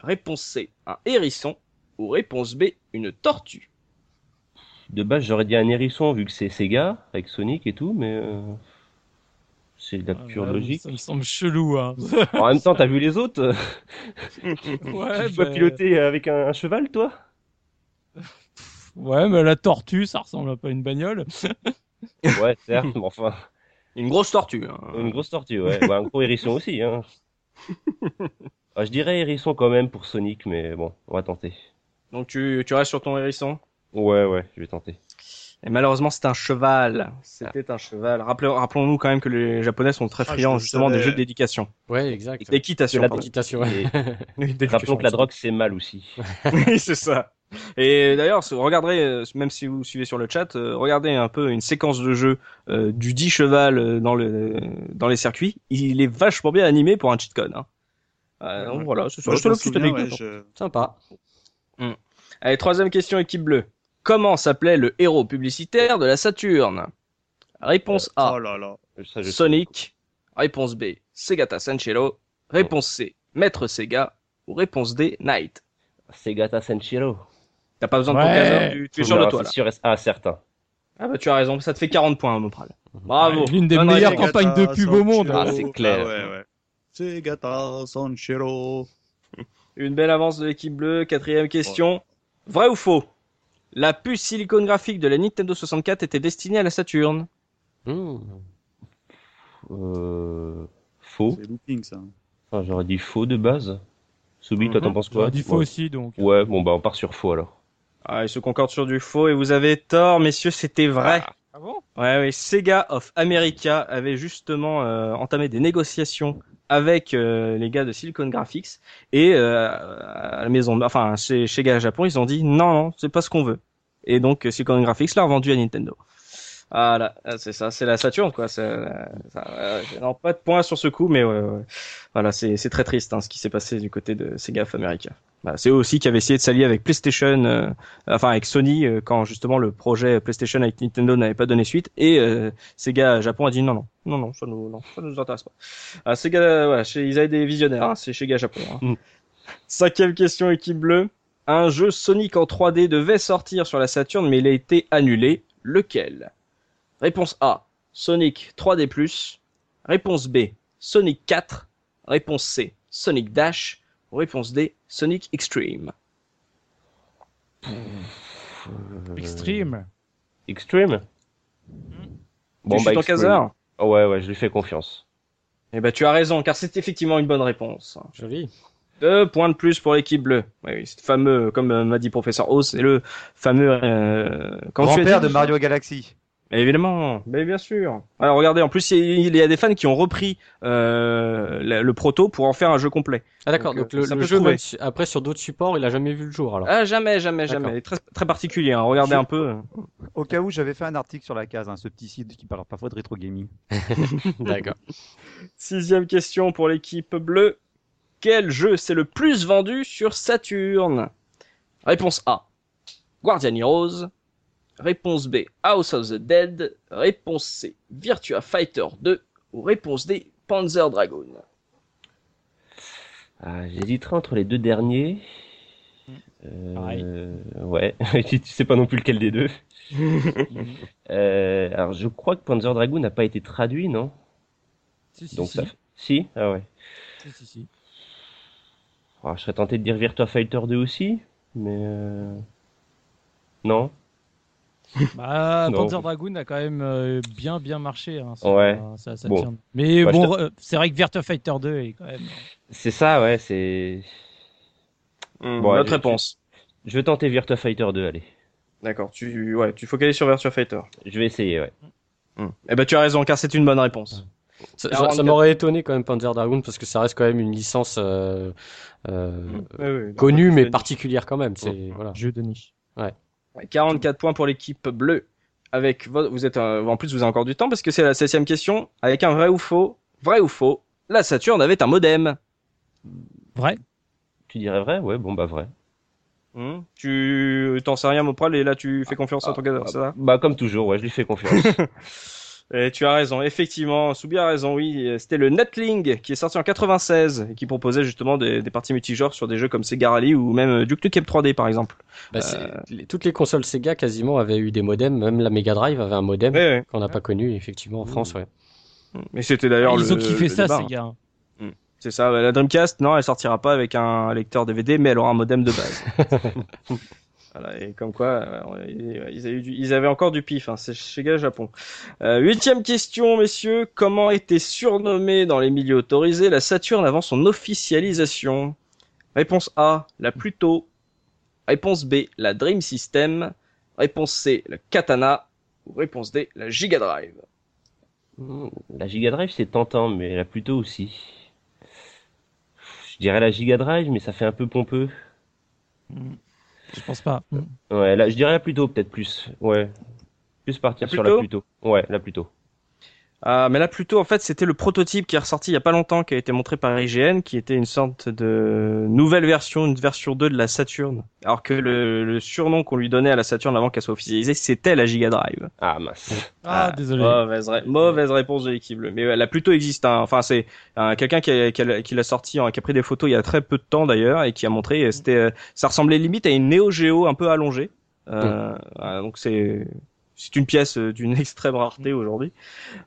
S1: Réponse C. Un hérisson. Ou Ou réponse B, une tortue
S6: De base, j'aurais dit un hérisson vu que c'est Sega avec Sonic et tout, mais euh, c'est de la pure
S7: Ouais,
S6: logique.
S7: Euh, Ça me semble chelou, hein.
S6: En même temps, t'as vu les autres
S7: Ouais,
S6: Tu peux
S7: bah,
S6: piloter euh, avec un, un cheval, toi
S7: Ouais, mais la tortue, ça ressemble à pas une bagnole.
S6: Ouais, certes, mais enfin,
S1: Une grosse tortue. hein.
S6: une grosse tortue, ouais. Ouais, un gros hérisson aussi. Hein. Ah, je dirais hérisson quand même pour Sonic, mais bon, on va tenter.
S1: Donc tu, tu restes sur ton hérisson.
S6: Ouais, ouais, je vais tenter.
S1: Et malheureusement, c'est un
S3: Ah,
S1: cheval. C'était un cheval. Rappelons- Rappelons-nous quand même que les Japonais sont très
S3: Ah, je
S1: friands
S3: le
S1: justement des
S3: savais.
S1: jeux d'éducation.
S2: Ouais, exact.
S1: D'équitation.
S6: De la
S1: pardon.
S2: L'équitation, ouais.
S6: Et
S1: Oui,
S6: rappelons
S1: d'éducation.
S6: que la drogue, c'est mal aussi.
S1: Oui, c'est ça. Et d'ailleurs, ce- regarderez, euh, même si vous suivez sur le chat, euh, regardez un peu une séquence de jeu euh, du 10 cheval euh, dans, le, dans les circuits. Il est vachement bien animé pour un cheat code. Hein. Euh, donc
S3: Ouais.
S1: voilà, ce sera
S3: Moi,
S1: juste
S3: je me
S1: la petite
S3: souviens, ouais,
S1: anecdote.
S3: Bah, je-
S2: Sympa.
S1: Allez, troisième question, équipe bleue. Comment s'appelait le héros publicitaire de la Saturne Réponse A,
S3: Oh là là.
S6: Ça, je-
S1: Sonic. Réponse B, Segata Sanchiro. Réponse C, Maître Sega. Ou réponse D, Knight.
S6: Segata Senshiro.
S1: T'as pas besoin de ton
S7: Ouais.
S1: caseur, tu, tu es sur le
S6: Non,
S1: toit
S6: c'est
S1: là.
S6: sûr et- Ah, certain.
S1: Ah bah tu as raison, ça te fait 40 points, hein, mon pral. Bravo.
S7: Ouais, L'une des
S1: Bonne
S7: meilleures
S1: réponse.
S3: Segata
S7: campagnes de pub au monde.
S3: Sanchiro.
S6: Ah, c'est clair.
S3: Ah ouais, ouais. Segata Sanchiro.
S1: Une belle avance de l'équipe bleue. Quatrième question. Vrai ou faux La puce silicone graphique de la Nintendo 64 était destinée à la Saturne.
S2: Hmm.
S6: Euh... Faux.
S3: C'est looping ça.
S6: Enfin, j'aurais dit faux de base. Soubi, toi, t'en penses quoi
S7: J'aurais dit faux
S6: ouais.
S7: aussi, donc.
S6: Ouais, bon, bah, on part sur faux alors.
S1: Ah, ils se concordent sur du faux et vous avez tort, messieurs, c'était vrai.
S7: Ah bon
S1: Ouais, oui, Sega of America avait justement euh, entamé des négociations avec euh, les gars de Silicon Graphics et euh, à la maison, enfin chez chez Sega Japon, ils ont dit non, non, c'est pas ce qu'on veut. Et donc euh, Silicon Graphics l'a vendu à Nintendo. Ah là, ah, c'est ça, c'est la Saturn quoi. c'est, euh, ça, euh, non, pas de points sur ce coup, mais ouais, ouais. voilà, c'est c'est très triste hein, ce qui s'est passé du côté de Sega of America. Bah, c'est eux aussi qui avaient essayé de s'allier avec PlayStation. euh, enfin avec Sony euh, quand justement le projet PlayStation avec Nintendo n'avait pas donné suite et euh, Sega Japon a dit non non non non ça nous non, ça nous intéresse pas. Ah, Sega euh, voilà chez, ils avaient des visionnaires hein, c'est Sega Japon. hein.
S6: Mm.
S1: Cinquième question équipe bleue un jeu Sonic en 3D devait sortir sur la Saturn mais il a été annulé lequel Réponse A Sonic 3D+. Réponse B Sonic 4. Réponse C Sonic Dash. Réponse D Sonic Extreme.
S6: Euh,
S7: Extreme.
S6: Extreme Hmm.
S1: Bon, tu bah, ton
S6: Extreme.
S1: caseur
S6: Ah ouais, ouais, je lui fais confiance.
S1: Eh ben, tu as raison, car c'est effectivement une bonne réponse.
S2: Joli.
S1: Deux points de plus pour l'équipe bleue. Oui, oui, c'est le fameux, comme euh, m'a dit professeur Haus, c'est le fameux. Euh, comment tu as
S5: Grand-père
S1: dit
S5: de Mario Galaxy.
S1: Mais Évidemment, mais bien sûr. Alors regardez, en plus il y- il y a des fans qui ont repris euh, le, le proto pour en faire un jeu complet.
S2: Ah d'accord, donc,
S1: Donc, euh,
S2: le,
S1: ça
S2: le
S1: peut
S2: jeu,
S1: trouver.
S2: même si- après sur d'autres supports, il a jamais vu le jour alors.
S1: Ah jamais, jamais,
S2: D'accord.
S1: jamais. Très, très particulier. Hein. Regardez
S5: Je-
S1: un peu.
S5: Au cas où, j'avais fait un article sur la case, hein, ce petit site qui parle parfois de rétro gaming.
S2: d'accord.
S1: Sixième question pour l'équipe bleue. Quel jeu c'est le plus vendu sur Saturn Réponse A. Guardian Heroes. Réponse B. House of the Dead. Réponse C. Virtua Fighter 2. Ou réponse D. Panzer Dragoon.
S6: Ah, J'hésiterai entre les deux derniers. Euh,
S7: Pareil.
S6: Ouais, tu, tu sais pas non plus lequel des deux. Euh, alors, je crois que Panzer Dragoon n'a pas été traduit, non
S7: Si, si,
S6: Donc
S7: si.
S6: ça. Si Ah ouais.
S7: Si, si, si.
S6: Alors, je serais tenté de dire Virtua Fighter 2 aussi, mais. euh, Non
S7: Bah,
S6: Non.
S7: Panzer Dragoon a quand même euh, bien bien marché. Hein, ça,
S6: Ouais.
S7: ça, ça
S6: Bon.
S7: tient. Mais
S6: Bah, je
S7: bon, euh, c'est vrai que Virtua Fighter 2 est quand même.
S6: C'est ça, ouais, c'est.
S1: Bon,
S6: ouais,
S1: notre
S6: je-
S1: réponse.
S6: Je vais tenter Virtua Fighter 2, allez.
S1: D'accord. Tu, ouais, tu focalises sur Virtua Fighter.
S6: Je vais essayer, ouais.
S1: Eh ben, tu as raison, car c'est une bonne réponse.
S2: Ça, ça-
S1: 44.
S2: ça m'aurait étonné quand même Panzer Dragoon parce que ça reste quand même une licence euh, euh,
S1: Eh
S2: connue mais particulière quand même. C'est voilà.
S4: Jeu de niche.
S1: Ouais, 44 points pour l'équipe bleue. Avec vo- vous êtes euh, en plus vous avez encore du temps parce que c'est la septième question avec un vrai ou faux, vrai ou faux. La Saturne avait un modem.
S7: Vrai
S6: Tu dirais vrai Ouais, bon, bah vrai.
S1: Hmm,
S7: Ah, bah,
S1: tu t'en sais rien, Mopral, et là tu fais confiance à ton gars, c'est ça
S6: Bah, comme toujours, ouais, je lui fais confiance.
S1: Et tu as raison, effectivement, Soubi a raison, oui. C'était le Nutling qui est sorti en 96 et qui proposait justement des, des parties multijoueurs sur des jeux comme Sega Rally ou même euh, Duke Nukem 3D par exemple.
S2: Bah, c'est- les- Toutes les consoles Sega quasiment avaient eu des modems, même la Mega Drive avait un modem
S1: Ouais, ouais.
S2: qu'on n'a pas connu effectivement en France. Ouais.
S1: Mais c'était d'ailleurs le.
S7: Ils ont kiffé
S1: le
S7: ça,
S1: débat,
S7: ces
S1: hein.
S7: gars.
S1: C'est ça, ouais, la Dreamcast, non, elle sortira pas avec un lecteur DVD, mais elle aura un modem de base. voilà, et comme quoi, euh, on- ils, avaient eu du- ils avaient encore du pif, hein, c'est chez Gars Japon. Euh, huitième question, messieurs, comment était surnommée dans les milieux autorisés la Saturne avant son officialisation Réponse A, la Pluto. Réponse B, la Dream System. Réponse C, la Katana. Ou réponse D, la Giga Drive.
S6: Hmm, La Giga Drive, c'est tentant, mais la Pluto aussi. Je dirais la Giga Drive, mais ça fait un peu pompeux.
S7: Je pense pas.
S6: Ouais, là, je dirais la Pluto, peut-être plus. Ouais. Plus partir
S1: La
S6: sur la
S1: Pluto
S6: Pluto. Ouais, la Pluto.
S1: Ah, mais là, plutôt, en fait, c'était le prototype qui est ressorti il y a pas longtemps, qui a été montré par IGN, qui était une sorte de nouvelle version, une version 2 de la Saturn. Alors que le, le surnom qu'on lui donnait à la Saturn avant qu'elle soit officialisée, c'était la Giga Drive.
S6: Ah mince.
S7: Ah,
S1: Ah,
S7: désolé.
S1: Mauvaise, ré- mauvaise réponse de l'équipe bleue. Mais ouais, la Pluto existe. hein. Enfin, c'est euh, quelqu'un qui, a- qui a- qui l'a sorti, hein, qui a pris des photos il y a très peu de temps d'ailleurs, et qui a montré. euh, C'était, euh, ça ressemblait limite à une Neo Geo un peu allongée. Euh, voilà, donc c'est c'est une pièce euh, d'une extrême rareté aujourd'hui.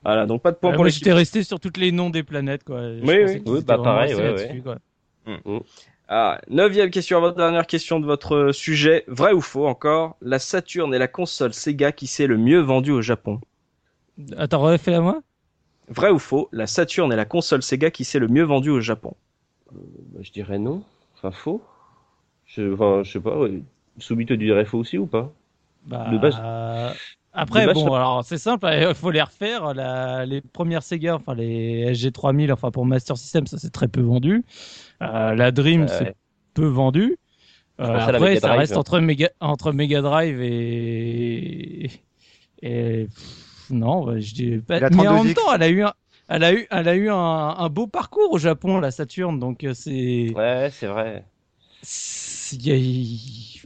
S1: Voilà, donc pas de point pour
S7: Ouais, Ah, moi,
S1: l'équipe.
S7: j'étais resté sur toutes les noms des planètes, quoi.
S1: Oui,
S7: Je pensais
S1: oui.
S7: qu'ils
S6: Oui,
S7: étaient
S6: bah,
S7: vraiment
S6: pareil,
S7: restés
S6: ouais,
S7: là-dessus,
S6: ouais.
S7: quoi.
S1: Ah, neuvième question, votre dernière question de votre sujet, vrai ou faux encore, la Saturn est la console Sega qui s'est le mieux vendue au Japon.
S7: Attends, refais-la moi.
S1: Vrai ou faux, la Saturn est la console Sega qui s'est le mieux vendue au Japon.
S6: Bah, Je dirais non. Enfin, faux. Je, enfin, je sais pas. Ouais. Soubi, te dirais faux aussi ou pas
S7: Bah,
S6: De base-
S7: euh, Après,
S6: de base,
S7: bon,
S6: ça-
S7: alors c'est simple, il faut les refaire. la- les premières Sega, enfin les SG3000, enfin pour Master System, ça c'est très peu vendu. Euh, la Dream,
S6: Ouais.
S7: c'est peu vendu. Euh,
S6: pensais à la
S7: après,
S6: Mega
S7: ça
S6: Drive.
S7: reste entre Mega, entre Mega Drive et. et- pff, non, ouais, je dis pas.
S5: La
S7: Mais en même
S5: 32X.
S7: temps, elle a eu un. Elle a eu, elle a eu un, un beau parcours au Japon, la Saturne, donc euh, c'est.
S6: Ouais, c'est vrai.
S7: c'est- y a- y-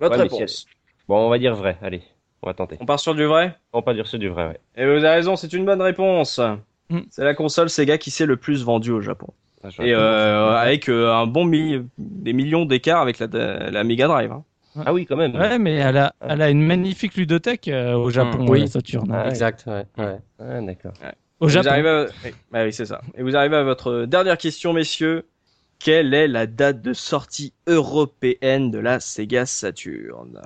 S1: Votre
S6: Ouais, mais
S1: réponse.
S6: Bon, on va dire vrai. Allez, on va tenter.
S1: On part sur du vrai
S6: On va pas dire c'est du vrai, ouais.
S1: Et vous avez raison, c'est une bonne réponse.
S7: Mm.
S1: C'est la console Sega qui s'est le plus vendue au Japon.
S6: Ah, j'aurais
S1: Et
S6: pas
S1: euh, avec euh, un bon mi- des millions d'écart avec la, la Mega Drive. hein.
S6: pensé. Ah oui, quand même.
S7: Ouais, mais elle a, elle a une magnifique ludothèque euh,
S1: Hum,
S7: au Japon,
S2: Mm. Oui.
S7: la Saturn.
S6: Ah,
S2: Exact. Ouais. ouais.
S6: Ah, d'accord.
S7: Au
S1: Et
S7: Japon.
S1: Vous arrivez à... oui, bah oui, c'est ça. Et vous arrivez à votre dernière question, messieurs. Quelle est la date de sortie européenne de la Sega Saturn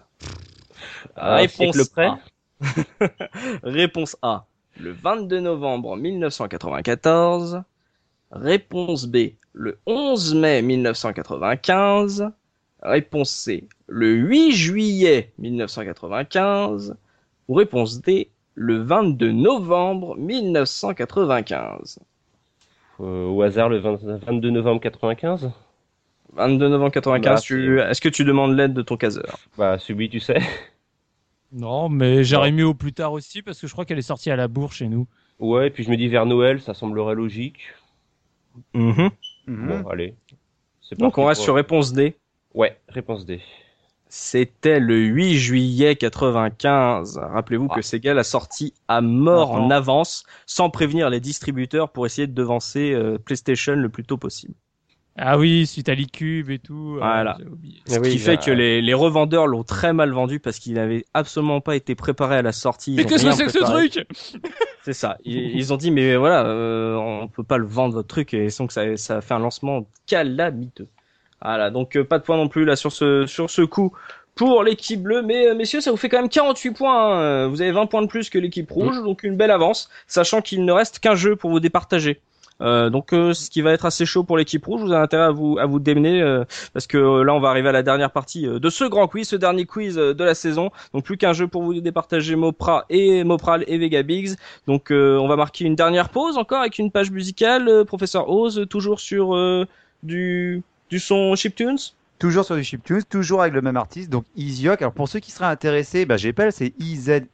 S6: Ah,
S1: Réponse
S6: siècle près
S1: A. Réponse A, le 22 novembre 1994. Réponse B, le 11 mai 1995. Réponse C, le 8 juillet 1995. Ou réponse D, le 22 novembre 1995.
S6: Euh, au hasard, le 20 22 novembre 95
S1: 22 novembre 95,
S6: Bah,
S1: tu... est-ce que tu demandes l'aide de ton caseur
S6: Bah, Subi, tu sais.
S7: Non, mais j'aurais mis au plus tard aussi parce que je crois qu'elle est sortie à la bourre chez nous.
S6: Ouais, et puis je me dis vers Noël, ça semblerait logique.
S5: Mhm.
S6: Bon, allez. C'est
S1: Donc
S6: parti
S1: on reste
S6: pour-
S1: sur réponse D.
S6: Ouais, réponse D.
S1: C'était le 8 juillet 95. Rappelez-vous
S7: Ah.
S1: que Sega l'a sorti à mort en
S5: Attends.
S1: avance, sans prévenir les distributeurs pour essayer de devancer euh, PlayStation le plus tôt possible.
S7: Ah oui, suite à l'e-cube et tout. euh,
S1: Voilà.
S7: j'ai oublié.
S1: Ce qui
S7: bah,
S2: bah,
S1: fait que les, les revendeurs l'ont très mal vendu parce qu'il n'avait absolument pas été préparé à la sortie. Ils
S7: Mais
S1: ont
S7: qu'est-ce
S1: rien
S7: que c'est que ce
S1: préparé.
S7: truc
S1: C'est ça. Ils, ils ont dit mais voilà, euh, on peut pas le vendre votre truc et donc ça, ça a fait un lancement calamiteux. Voilà, donc euh, pas de points non plus là sur ce sur ce coup pour l'équipe bleue. Mais euh, messieurs, ça vous fait quand même 48 points. hein. Euh, Vous avez 20 points de plus que l'équipe rouge, donc une belle avance, sachant qu'il ne reste qu'un jeu pour vous départager. Euh, donc euh, ce qui va être assez chaud pour l'équipe rouge, vous avez intérêt à vous à vous démener euh, parce que euh, là on va arriver à la dernière partie euh, de ce grand quiz, ce dernier quiz euh, de la saison. Donc plus qu'un jeu pour vous départager Mopra et Mopral et Vegabix. Donc euh, on va marquer une dernière pause encore avec une page musicale. euh, Professeur Oz, euh, toujours sur euh, du, du son chiptunes
S5: Toujours sur du chiptunes, toujours avec le même artiste, donc Iziok. Alors pour ceux qui seraient intéressés, bah, j'appelle, c'est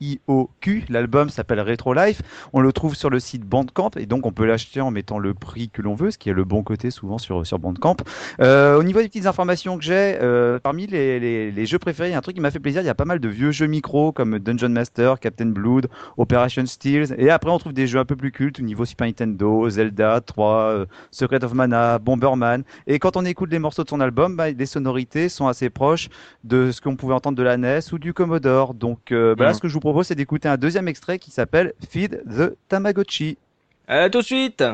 S5: I-Z-I-O-Q. L'album s'appelle Retro Life. On le trouve sur le site Bandcamp et donc on peut l'acheter en mettant le prix que l'on veut, ce qui est le bon côté souvent sur, sur Bandcamp. Euh, au niveau des petites informations que j'ai, euh, parmi les, les, les jeux préférés, il y a un truc qui m'a fait plaisir, il y a pas mal de vieux jeux micro comme Dungeon Master, Captain Blood, Operation Steels. Et après, on trouve des jeux un peu plus cultes au niveau Super Nintendo, Zelda 3, euh, Secret of Mana, Bomberman. Et quand on écoute les morceaux de son album, bah, les sonorités sont assez proches de ce qu'on pouvait entendre de la NES ou du Commodore. Donc euh, bah là, ce que je vous propose, c'est d'écouter un deuxième extrait qui s'appelle Feed the Tamagotchi.
S1: À tout de suite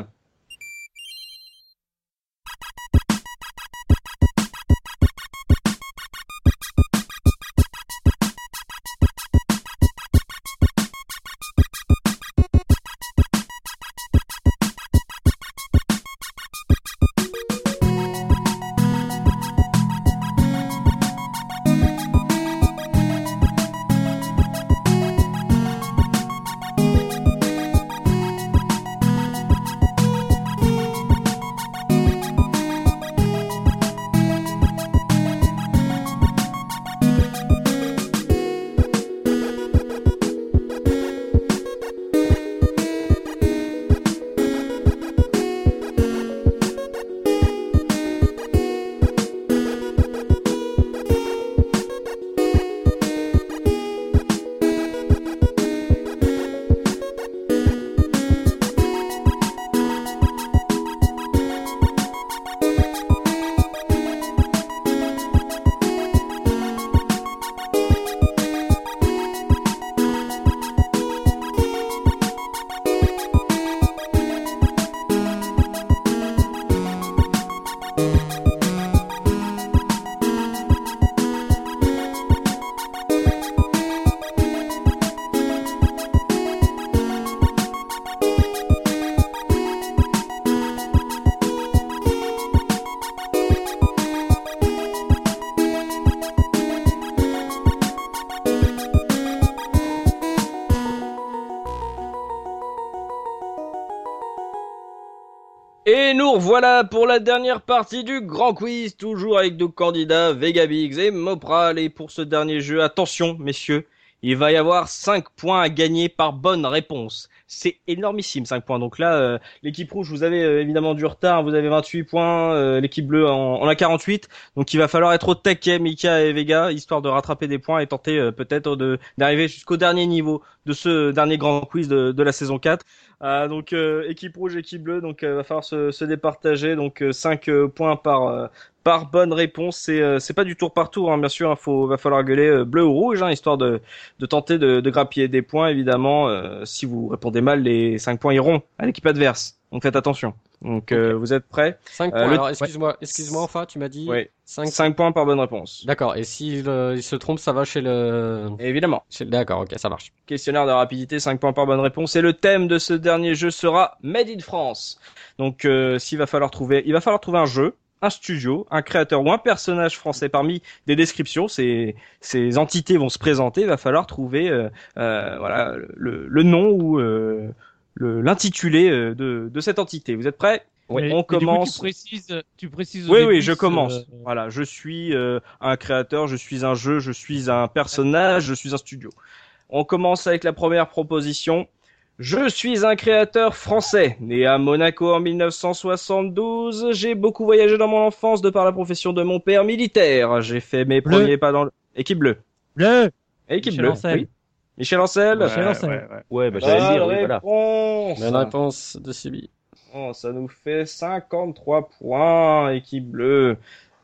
S1: Et nous voilà pour la dernière partie du grand quiz, toujours avec deux candidats, Vegabix et Mopral. Et pour ce dernier jeu, attention messieurs, il va y avoir 5 points à gagner par bonne réponse. C'est énormissime 5 points. Donc là, euh, l'équipe rouge, vous avez euh, évidemment du retard, vous avez 28 points, euh, l'équipe bleue en, en, a 48. Donc il va falloir être au taquet, Mika et Vega, histoire de rattraper des points et tenter euh, peut-être de d'arriver jusqu'au dernier niveau de ce dernier grand quiz de, de la saison 4. Euh, donc équipe rouge, équipe bleue, donc euh, va falloir se, se départager. Donc 5 points par euh, par bonne réponse. C'est euh, c'est pas du tour par tour, hein, bien sûr. Il hein, faut va falloir gueuler euh, bleu ou rouge, hein, histoire de, de tenter de, de grappiller des points. Évidemment, euh, si vous répondez mal, les 5 points iront à l'équipe adverse. Donc faites attention. Donc okay. vous êtes prêts
S2: 5 points. Le... Alors excuse-moi, excuse-moi enfin, tu m'as dit
S1: oui. 5... 5 points par bonne réponse.
S2: D'accord. Et s'il euh, il se trompe, ça va chez le
S1: Évidemment.
S2: Chez... D'accord, OK, ça marche.
S1: Questionnaire de rapidité, 5 points par bonne réponse et le thème de ce dernier jeu sera Made in France. Donc euh, s'il va falloir trouver, il va falloir trouver un jeu un studio, un créateur ou un personnage français parmi des descriptions. Ces, ces entités vont se présenter. Il va falloir trouver euh, euh, voilà, le, le, nom ou euh, l'intitulé euh, de, de, cette entité. Vous êtes prêts
S7: oui,
S1: on commence.
S7: Coup, tu précises, tu précises euh,
S1: oui, oui, je commence. Voilà, je suis euh, un créateur, je suis un jeu, je suis un personnage, je suis un studio. On commence avec la première proposition. Je suis un créateur français, né à Monaco en 1972. J'ai beaucoup voyagé dans mon enfance de par la profession de mon père militaire. J'ai fait mes bleu. premiers pas dans le... Équipe bleue.
S7: Bleu.
S1: Équipe bleue. Oui. Michel Ancel.
S7: Ouais, Michel Ancel. Ouais,
S6: ouais.
S1: Ah,
S6: ouais bah, j'allais dire, oui, voilà.
S2: Bonne réponse de Sibi.
S1: Oh, ça nous fait 53 points, équipe bleue.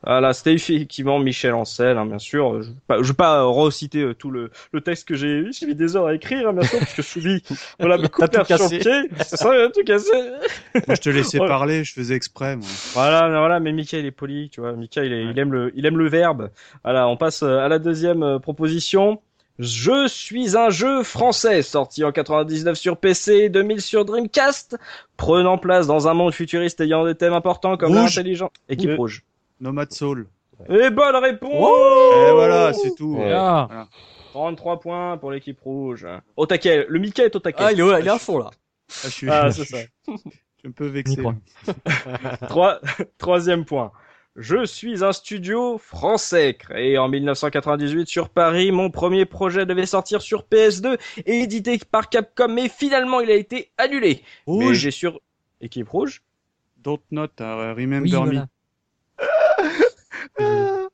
S1: Voilà, c'était effectivement Michel Ancel, hein, bien sûr. Je ne vais pas, je vais pas reciter euh, tout le, le, texte que j'ai eu. J'ai mis des heures à écrire, hein, bien sûr, parce que Soubi, voilà, me coupe tout cassé. C'est ça, il a tout cassé.
S3: moi, je te laissais voilà. parler, je faisais exprès, moi.
S1: Voilà, voilà, mais Mika, il est poli, tu vois. Mika, il, est, ouais. il, aime le, il aime le verbe. Voilà, on passe euh, à la deuxième proposition. Je suis un jeu français sorti en 99 sur PC et 2000 sur Dreamcast, prenant place dans un monde futuriste ayant des thèmes importants comme l'intelligence.
S2: Euh,
S1: Équipe rouge.
S3: Nomad Soul.
S1: Ouais. Et bonne réponse
S2: Eh,
S3: oh Et voilà, c'est tout. Ah,
S1: Ouais.
S7: Ah.
S1: Voilà. 33 points pour l'équipe rouge. Au taquet, le Mickey est au taquet.
S2: Ah, il est, ouais, il est à fond là.
S3: Ah, je suis, ah, c'est ça. Je suis un peu vexé.
S1: Trois, troisième point. Je suis un studio français créé en 1998 sur Paris. Mon premier projet devait sortir sur PS2 et édité par Capcom, mais finalement il a été annulé. Mais
S3: Rouge.
S1: j'ai sur équipe rouge.
S3: Oh, Don't Note, euh, Remember
S4: Oui,
S3: Me.
S4: voilà.
S1: Euh,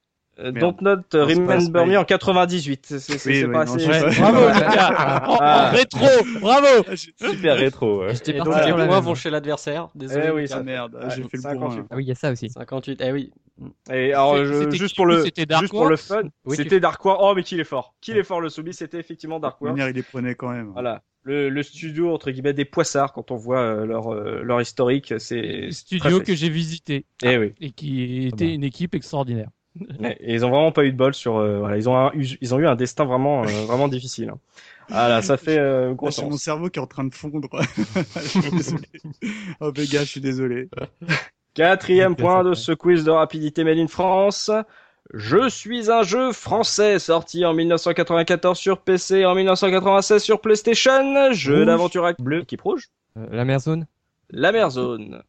S3: Merde.
S1: Dontnod euh,
S3: Non, c'est pas
S1: Remember
S3: Spy.
S1: Me en 98. C'est- C'est c'est-
S3: Oui,
S1: c'est
S3: oui,
S1: pas
S3: non,
S1: assez.
S3: c'est pas-
S7: Bravo, Lucas. En- en
S1: Ah.
S7: rétro, bravo.
S6: Super rétro. ouais.
S2: J'étais
S3: Et donc,
S2: parti, les
S3: voilà.
S2: points vont chez l'adversaire. Désolé.
S1: Eh oui,
S3: Ah
S1: ça.
S3: merde, ah,
S1: Ouais,
S3: j'ai fait le
S1: 58.
S3: bourrin. là.
S4: Ah oui, il y a ça aussi.
S2: 58. Eh oui.
S1: Et alors,
S7: C'est-
S1: je-
S7: c'était
S1: juste
S7: qui,
S1: pour le,
S7: c'était Dark
S1: juste pour le
S7: Horse
S1: fun,
S2: Oui,
S1: c'était Darkware. Oh, mais qu'il est fort. Qu'il est fort, le Soumis, c'était effectivement Darkware.
S3: Lumière, il les prenait quand même.
S1: Voilà. Le, le studio, entre guillemets, des poissards, quand on voit euh, leur, euh, leur historique, c'est.
S7: Studio
S1: très
S7: que j'ai visité
S1: Eh oui.
S7: et qui
S4: Ah bah.
S7: était une équipe extraordinaire.
S1: Mais ils ont vraiment pas eu de bol sur. euh, voilà, ils ont, un- eu- ils ont eu un destin vraiment, euh, vraiment difficile. hein. Voilà, ça fait euh, gros
S3: Là, c'est
S1: sens.
S3: mon cerveau qui est en train de fondre. Je suis désolé. oh, les gars, je suis désolé.
S1: Quatrième
S2: Ok,
S1: point
S2: c'est
S1: de
S2: vrai.
S1: ce quiz de rapidité Made in France. Je suis un jeu français sorti en 1994 sur PC et en 1996 sur PlayStation. Jeu
S4: Rouge.
S1: d'aventure ac- bleu, équipe rouge.
S4: Euh, la mer zone
S1: La mer zone.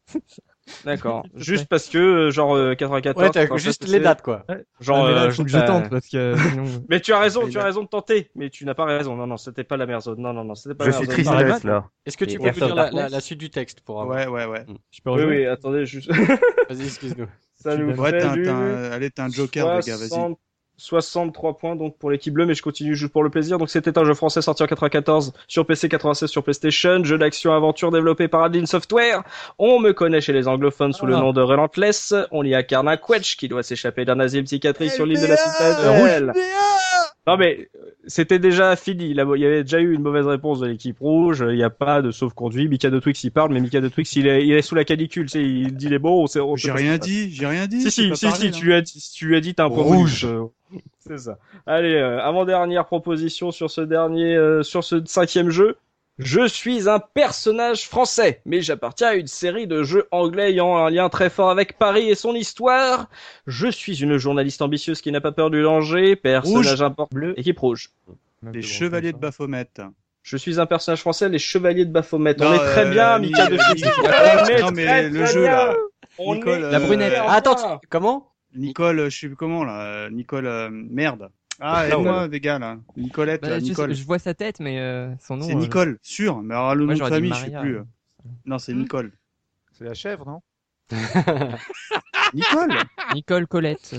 S1: D'accord. Juste parce que, euh, genre, euh, 94.
S2: Ouais, t'as
S1: 96,
S2: juste
S1: c'est-
S2: les dates, quoi.
S1: Genre,
S4: Ah, mais là,
S1: euh,
S4: faut que je
S1: t'as-
S4: tente parce que euh, sinon.
S1: Mais tu as raison,
S3: Les
S1: tu as
S3: dates.
S1: raison de tenter. Mais tu n'as pas raison. Non, non, c'était pas la mer zone. Non, non, non, c'était pas
S5: Je
S1: la mer
S5: suis
S1: zone.
S5: triste
S1: Pardon.
S5: d'être là.
S2: Est-ce que
S6: Et
S2: tu peux me
S6: Hearthstone
S2: dire la,
S6: Darkness
S2: la- la suite du texte pour avoir
S3: Ouais, ouais, ouais.
S4: Je peux
S1: Oui,
S4: rejoindre
S1: oui, attendez, juste.
S2: Vas-y, excuse-nous.
S1: Ça nous
S3: Ouais,
S1: fait
S3: t'as,
S1: du-
S3: t'as un- allez, t'as un joker, les gars, vas-y.
S1: 60 63 points donc pour l'équipe bleue, mais je continue juste pour le plaisir. Donc c'était un jeu français sorti en 94 sur PC, 96 sur PlayStation, jeu d'action aventure développé par Adeline Software. On me connaît chez les anglophones sous le
S2: Ah.
S1: nom de Relentless. On y incarne un Quetch qui doit s'échapper d'un asile psychiatrique sur l'île de la
S3: LBA
S1: Citadelle. Non mais euh, c'était déjà fini. Là, Il y avait déjà eu une mauvaise réponse de l'équipe rouge. Il n'y a pas de sauve-conduit. Mikado Twix il parle, mais Mikado Twix il est, il est sous la canicule. tu sais, Il dit les mots. On sait, on sait
S3: J'ai
S1: pas ce
S3: rien
S1: qui se passe.
S3: dit, j'ai rien
S1: Si,
S3: dit. j'ai
S1: si,
S3: pas
S1: si,
S3: parlé, hein.
S1: si,
S3: là.
S1: tu lui as dit, tu lui as dit, t'as un point bonus,
S3: Rouge.
S1: euh, C'est ça. Allez, euh, avant-dernière proposition sur ce dernier, euh, sur ce cinquième jeu. Je suis un personnage français, mais j'appartiens à une série de jeux anglais ayant un lien très fort avec Paris et son histoire. Je suis une journaliste ambitieuse qui n'a pas peur du danger, personnage important.
S6: Bleu.
S1: Équipe rouge.
S3: Les chevaliers de Baphomet.
S1: Je suis un personnage français, les chevaliers de Baphomet. On est
S3: Non,
S1: très
S3: euh,
S1: bien,
S3: ni-
S1: Mika de
S3: ni-
S1: Fitz.
S3: Non, mais le jeu, là. Nicole, euh,
S4: La brunette.
S1: Ah,
S2: Attends, tu- comment
S3: Nicole, euh, je sais plus comment là. euh, Nicole, euh, merde. Ah,
S6: Flau,
S3: aide-moi, les gars là. Nicolette,
S4: Bah,
S3: là,
S4: je,
S3: Nicole.
S4: je vois sa tête, mais euh, son nom.
S3: C'est
S4: euh,
S3: Nicole, sûr. Mais alors, le
S4: Moi,
S3: nom de
S4: j'aurais dit
S3: famille, je sais
S4: Maria.
S3: plus. Non, c'est Nicole.
S8: C'est la chèvre, non
S3: Nicole
S4: Nicole Colette.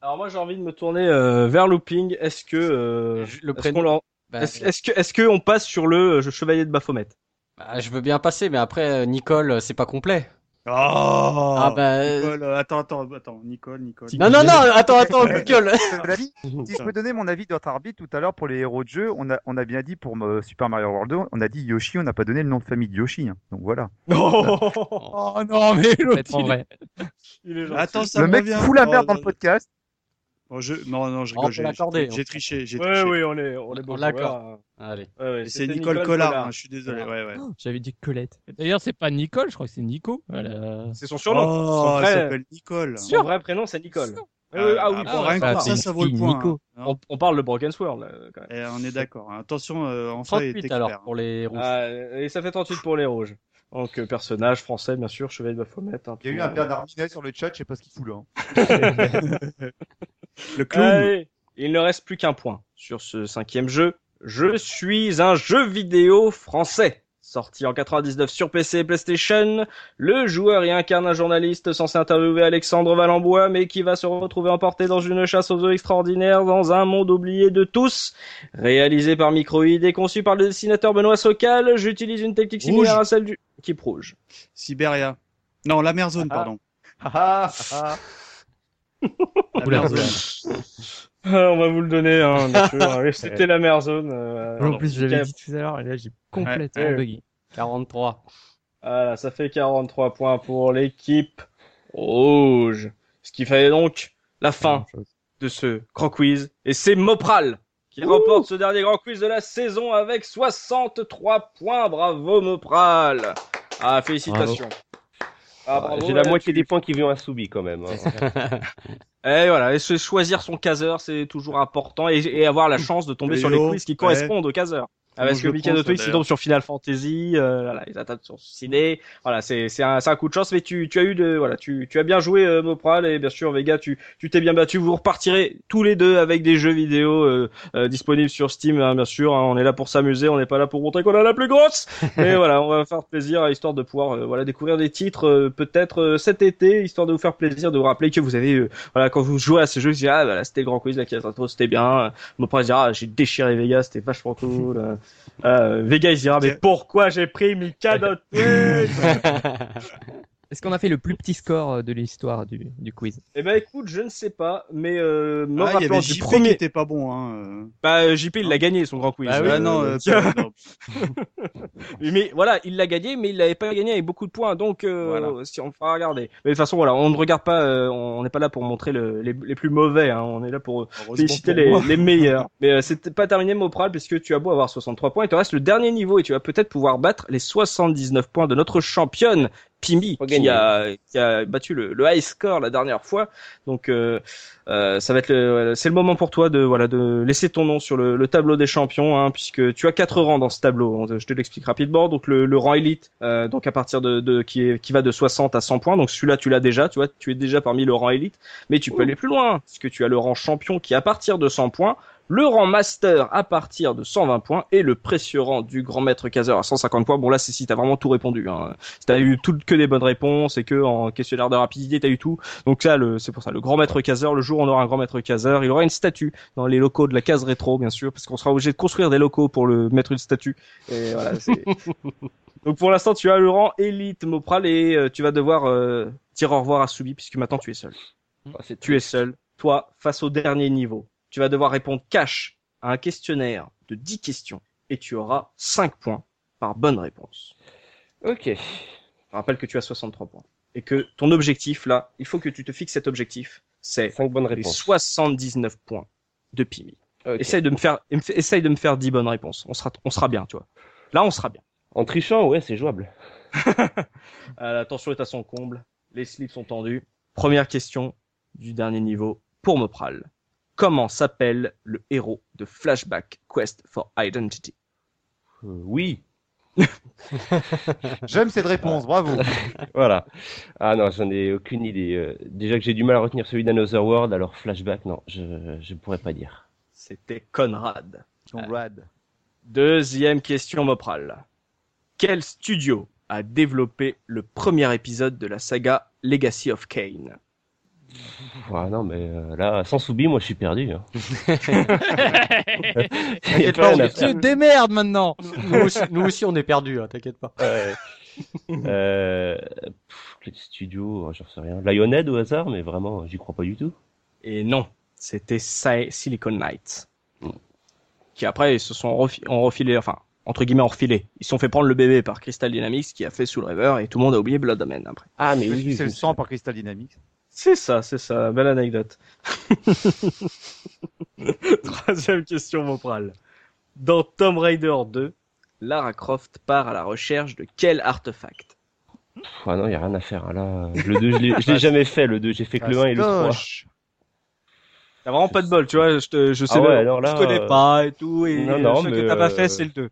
S1: Alors moi j'ai envie de me tourner euh, vers Looping. Est-ce que euh,
S2: Le
S1: est-ce
S2: prénom.
S1: qu'on leur-
S2: bah,
S1: est-ce est-ce que est-ce que on passe sur le euh, chevalier de Baphomet
S2: bah, je veux bien passer, mais après, euh, Nicole, euh, c'est pas complet.
S3: Oh
S2: ah bah. euh,
S3: Nicole, euh, attends, attends, attends, Nicole, Nicole.
S2: Non, non, euh, non, attends, attends, Nicole.
S5: Cela dit, si je peux donner mon avis d'arbitre tout à l'heure pour les héros de jeu, on a, on a bien dit pour euh, Super Mario World 2, on a dit Yoshi, on n'a pas donné le nom de famille de Yoshi. hein. Donc voilà.
S7: Oh non, mais l'autre,
S4: Complètement
S7: il-
S4: vrai.
S1: Il est gentil.
S3: Attends, ça
S5: le
S3: me
S5: mec
S3: revient.
S5: fout la merde
S3: Oh,
S5: dans le podcast.
S3: oh, je... Non, non, je
S2: On
S3: rigole.
S2: peut
S3: j'ai-
S2: l'accorder,
S3: j'ai-
S2: on
S3: J'ai
S2: peut-
S3: triché, j'ai
S1: Ouais
S3: triché.
S1: oui on est on est bon.
S2: d'accord.
S1: voilà.
S2: Allez.
S1: Ouais, ouais,
S3: Et C'est
S1: c'était
S3: Nicole, Collard,
S1: Collard.
S3: hein, je suis désolé. Ouais, ouais.
S4: J'avais dit Colette.
S7: D'ailleurs, c'est pas Nicole, je crois que c'est Nico. Voilà.
S1: C'est son surnom.
S3: Oh,
S1: son,
S3: elle
S1: vrai,
S3: s'appelle Nicole.
S1: son vrai prénom c'est Nicole. Euh, ah oui.
S3: bah,
S1: bon,
S3: rien que
S4: bah,
S3: pour
S4: c'est
S3: ça,
S4: une
S3: ça vaut le
S4: fille,
S3: point.
S4: Nico.
S3: hein.
S1: on, on parle de Broken Sword là, quand même.
S3: Eh, on est d'accord. hein. Attention, euh, enfin, il est
S2: 38
S3: expert.
S2: alors pour les rouges.
S1: Ah, et ça fait 38 pour les rouges. Donc euh, personnage français bien sûr, chevalier de Baphomet. hein,
S8: Il y a eu
S1: tout,
S8: un
S1: euh,
S8: Bernard Minet sur le chat, je sais pas ce qu'il fout là. hein.
S3: Le clown.
S1: Allez, il ne reste plus qu'un point sur ce cinquième jeu. Je suis un jeu vidéo français. Sorti en 99 sur PC et PlayStation, le joueur y incarne un journaliste censé interviewer Alexandre Valenbois, mais qui va se retrouver emporté dans une chasse aux eaux extraordinaires dans un monde oublié de tous. Réalisé par Microïd et conçu par le dessinateur Benoît Socal, j'utilise une technique similaire
S3: Rouge.
S1: à celle du... qui rouge.
S3: Sibéria. Non, la mer zone, pardon.
S8: Ah, ah,
S3: La
S4: Oula,
S3: mer
S4: oula.
S3: zone.
S1: Ah, on va vous le donner, hein, bien sûr. Oui, C'était la mer zone. euh,
S4: Ah, en plus, j'avais
S1: Cap.
S4: dit tout à l'heure, et là, j'ai complètement
S1: ouais.
S4: bugué.
S2: 43.
S1: Voilà, ça fait 43 points pour l'équipe rouge. Ce qui fallait donc la fin de ce grand quiz. Et c'est Mopral qui remporte ce dernier grand quiz de la saison avec 63 points. Bravo Mopral. Ah, félicitations. Ah, bravo,
S6: J'ai la
S1: là,
S6: moitié
S1: tu-
S6: des points qui viennent à Soubi quand même. hein.
S1: Et Eh, voilà, et se choisir son caseur, c'est toujours important. Et, et avoir la chance de tomber
S3: Et
S1: sur les
S3: yo,
S1: quiz qui
S3: ouais.
S1: correspondent au caseur. Ah, parce
S3: je
S1: que
S3: le
S1: Mikado
S3: prends, ça,
S1: Toy, il
S3: d'ailleurs.
S1: tombe sur Final Fantasy, euh, voilà, ils attaquent sur Ciné. Voilà, c'est c'est un, c'est un coup de chance, mais tu, tu as eu de, voilà, tu, tu as bien joué euh, Mopral et bien sûr Vega, tu tu t'es bien battu. Vous repartirez tous les deux avec des jeux vidéo euh, euh, disponibles sur Steam, hein, bien sûr. hein. on est là pour s'amuser, on n'est pas là pour montrer qu'on a la plus grosse. Mais voilà, on va faire plaisir histoire de pouvoir euh, voilà découvrir des titres euh, peut-être euh, cet été, histoire de vous faire plaisir, de vous rappeler que vous avez euh, voilà quand vous jouez à ce jeu, vous dites ah voilà c'était le grand quiz la case intro, c'était bien. Mopral dira ah, j'ai déchiré Vega, c'était vachement cool. Euh, euh, Vega il se dira mais pourquoi j'ai pris Mikado Twitch
S4: Est-ce qu'on a fait le plus petit score euh, de l'histoire du, du quiz
S1: Eh ben écoute, je ne sais pas, mais euh, me
S3: Ah, il y
S1: rappelant
S3: avait
S1: du
S3: JP qui
S1: premier.
S3: était pas bon. Hein.
S1: Bah JP il l'a gagné son grand quiz.
S3: Ah,
S1: Euh,
S3: non, euh,
S1: tiens.
S3: non.
S1: Oui, Mais voilà, il l'a gagné, mais il l'avait pas gagné avec beaucoup de points. Donc, euh,
S3: Voilà.
S1: si on fera regarder. Mais de toute façon, voilà, on ne regarde pas, euh, on n'est pas là pour montrer le- les, les plus mauvais. hein, on est là pour euh,
S3: Heureusement
S1: féliciter
S3: pour
S1: les,
S3: moi.
S1: les meilleurs. Mais euh, c'est pas terminé, Mopral, puisque tu as beau avoir 63 points, il te reste le dernier niveau et tu vas peut-être pouvoir battre les 79 points de notre championne. Pimi
S6: Faut
S1: qui
S6: gagner.
S1: a, qui a battu le, le high score la dernière fois, donc euh, euh, ça va être le, c'est le moment pour toi de voilà de laisser ton nom sur le, le tableau des champions, hein, puisque tu as quatre rangs dans ce tableau. On te- Je te l'explique rapidement. Donc le, le rang élite, euh, donc à partir de, de qui est qui va de 60 à 100 points. Donc celui-là tu l'as déjà, tu vois, tu es déjà parmi le rang élite, mais tu peux aller plus loin, puisque tu as le rang champion qui à partir de 100 points. Le rang master à partir de 120 points et le précieux rang du grand maître Kazer à 150 points. Bon là c'est si t'as vraiment tout répondu. Hein. Si t'as eu tout, que des bonnes réponses et que en questionnaire de rapidité t'as eu tout, donc ça, le- c'est pour ça. Le grand maître caseur, le jour où on aura un grand maître caseur, il aura une statue dans les locaux de la case rétro, bien sûr, parce qu'on sera obligé de construire des locaux pour le mettre une statue. Et voilà. c'est- Donc pour l'instant, tu as le rang élite Mopral et euh, tu vas devoir euh, dire au revoir à Soubi puisque maintenant tu es seul.
S6: Ah, c'est
S1: Tu es seul, toi, face au dernier niveau. Tu vas devoir répondre cash à un questionnaire de 10 questions et tu auras 5 points par bonne réponse.
S6: Ok.
S1: Je rappelle que tu as 63 points. Et que ton objectif, là, il faut que tu te fixes cet objectif, c'est
S6: 5 bonnes
S1: les
S6: réponses.
S1: 79 points de Pimi.
S6: Ok.
S1: Essaye de me faire, em- essaye de me faire 10 bonnes réponses. On sera, on sera bien, tu vois. Là, on sera bien.
S6: En trichant, ouais, c'est jouable.
S1: Euh, la tension est à son comble. Les slips sont tendus. Première question du dernier niveau pour Mopral. Comment s'appelle le héros de Flashback Quest for Identity?
S6: Euh, oui.
S8: J'aime cette réponse, bravo.
S6: Voilà. Ah non, j'en ai aucune idée. Euh, déjà que j'ai du mal à retenir celui d'Another World, alors flashback, non, je, je pourrais pas dire.
S1: C'était Conrad.
S8: Conrad.
S1: Deuxième question, Mopral. Quel studio a développé le premier épisode de la saga Legacy of Kane
S6: Pff, Ah non, mais euh, là, sans soubi, moi je suis perdu. hein. Il y a
S7: T'inquiète
S6: plus
S7: pas,
S6: rien à
S7: on se démerde maintenant.
S2: nous, aussi, nous aussi, on est perdus, hein, t'inquiète pas.
S6: Euh, pff, quel studio, hein, j'en sais rien. Lionhead au hasard, mais vraiment, j'y crois pas du tout.
S1: Et non, c'était Sy- Silicon Knight. Qui après, ils se sont refi- ont refilé, enfin, entre guillemets, ont refilé. Ils se sont fait prendre le bébé par Crystal Dynamics qui a fait Soul River et tout le monde a oublié Blood Omen après.
S6: Ah, mais oui, oui,
S8: C'est le
S6: oui.
S8: sang par Crystal Dynamics.
S1: C'est ça, c'est ça. Belle anecdote. Troisième question, Mopral. Dans Tomb Raider 2, Lara Croft part à la recherche de quel artefact
S6: Pff, Ah non, y a rien à faire. hein, Là, le 2, je l'ai-
S1: Ah,
S6: je l'ai jamais fait, le 2. J'ai fait que le 1 et le 3.
S8: Coche.
S1: T'as vraiment pas de bol, tu vois. Je, te- je sais
S6: Ah ouais,
S1: pas,
S6: alors là,
S1: je connais
S6: euh,
S1: pas et tout. Et
S6: non, non,
S1: ce que
S6: mais,
S1: t'as pas
S6: euh,
S1: fait, c'est le 2.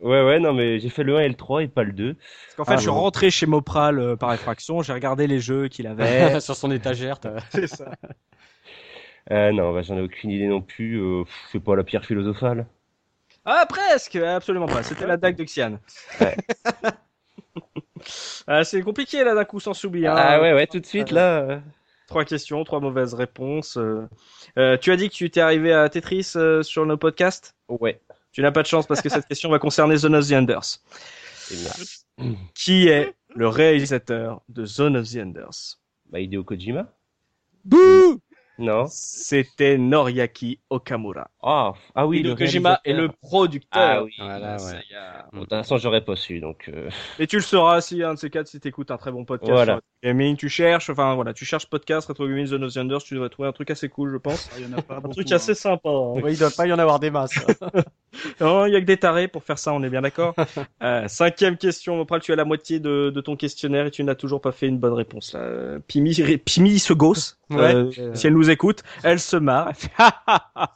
S6: Ouais, ouais, non, mais j'ai fait le 1 et le 3 et pas le 2.
S1: Parce qu'en fait,
S6: ah,
S1: je suis
S6: bon.
S1: rentré chez Mopral euh, par effraction. J'ai regardé les jeux qu'il avait.
S2: Sur son étagère, t'as-
S1: c'est ça.
S6: Euh, non, bah, j'en ai aucune idée non plus. Euh, pff, c'est pas la pierre philosophale.
S1: Ah, presque Absolument pas. C'était la dague de Xian.
S6: Ouais.
S1: Ah, c'est compliqué là d'un coup sans s'oublier. hein.
S6: Ah ouais, ouais, tout de suite, là. euh,
S1: Trois questions, trois mauvaises réponses. euh. Euh, tu as dit que tu t'es arrivé à Tetris euh, sur nos podcasts
S6: Ouais.
S1: Tu n'as pas de chance parce que cette question va concerner Zone of the Enders.
S6: Eh bien,
S1: Qui est le réalisateur de Zone of the Enders
S6: bah, Hideo Kojima
S1: Bouh
S6: Non.
S1: C'était Noriaki Okamura.
S6: Ah, ah oui,
S1: Hideo
S6: le
S1: Kojima est
S6: réalisateur.
S1: le producteur.
S6: Ah oui,
S2: Voilà,
S1: Ça
S2: ouais.
S1: y a-
S6: Bon, de toute façon, j'aurais pas su, donc. euh,
S1: Et tu le sauras si un de ces quatre, si t'écoutes un très bon podcast
S6: Voilà.
S1: sur Retro gaming, tu cherches, enfin voilà, tu cherches podcast, Retro Gaming, Zone of the Enders, tu devrais trouver un truc assez cool, je pense.
S3: Ah, il y en a pas
S1: Un
S3: beaucoup,
S1: truc
S3: hein.
S1: assez sympa. hein.
S2: Ouais, il doit pas y en avoir des
S1: Ah,
S2: masses.
S1: Non, Oh, il y a que des tarés pour faire ça, on est bien d'accord. Euh, cinquième question, après tu as la moitié de, de ton questionnaire et tu n'as toujours pas fait une bonne réponse. Là. Euh, Pimi, ré- Pimi se gosse.
S2: Ouais.
S1: Euh, si elle nous écoute, elle se marre. Elle fait, Ah, ah, ah.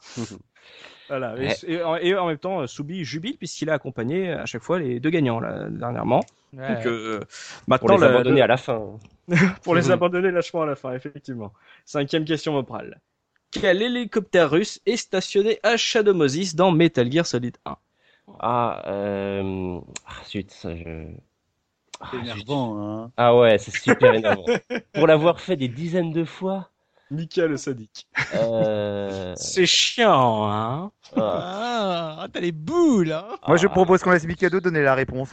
S1: Voilà. Et-
S6: Ouais.
S1: Et, en- et en même temps, euh, Soubi jubile puisqu'il a accompagné à chaque fois les deux gagnants là, dernièrement. Donc euh,
S6: Pour
S1: maintenant,
S6: les
S1: la-
S6: abandonner à la fin.
S1: pour les abandonner lâchement à la fin, effectivement. Cinquième question, Mopral. Quel hélicoptère russe est stationné à Shadow Moses dans Metal Gear Solid 1
S6: Ah, euh... ah zut, ça je. Ah,
S3: C'est
S6: zut.
S3: énervant, hein.
S6: Ah ouais, c'est super énervant. Pour l'avoir fait des dizaines de fois.
S1: Mika le sadique.
S6: euh,
S1: C'est chiant, hein
S6: ah,
S7: Ah, ah, t'as les boules, hein
S6: ah,
S8: Moi, je propose qu'on laisse Mikado donner la réponse.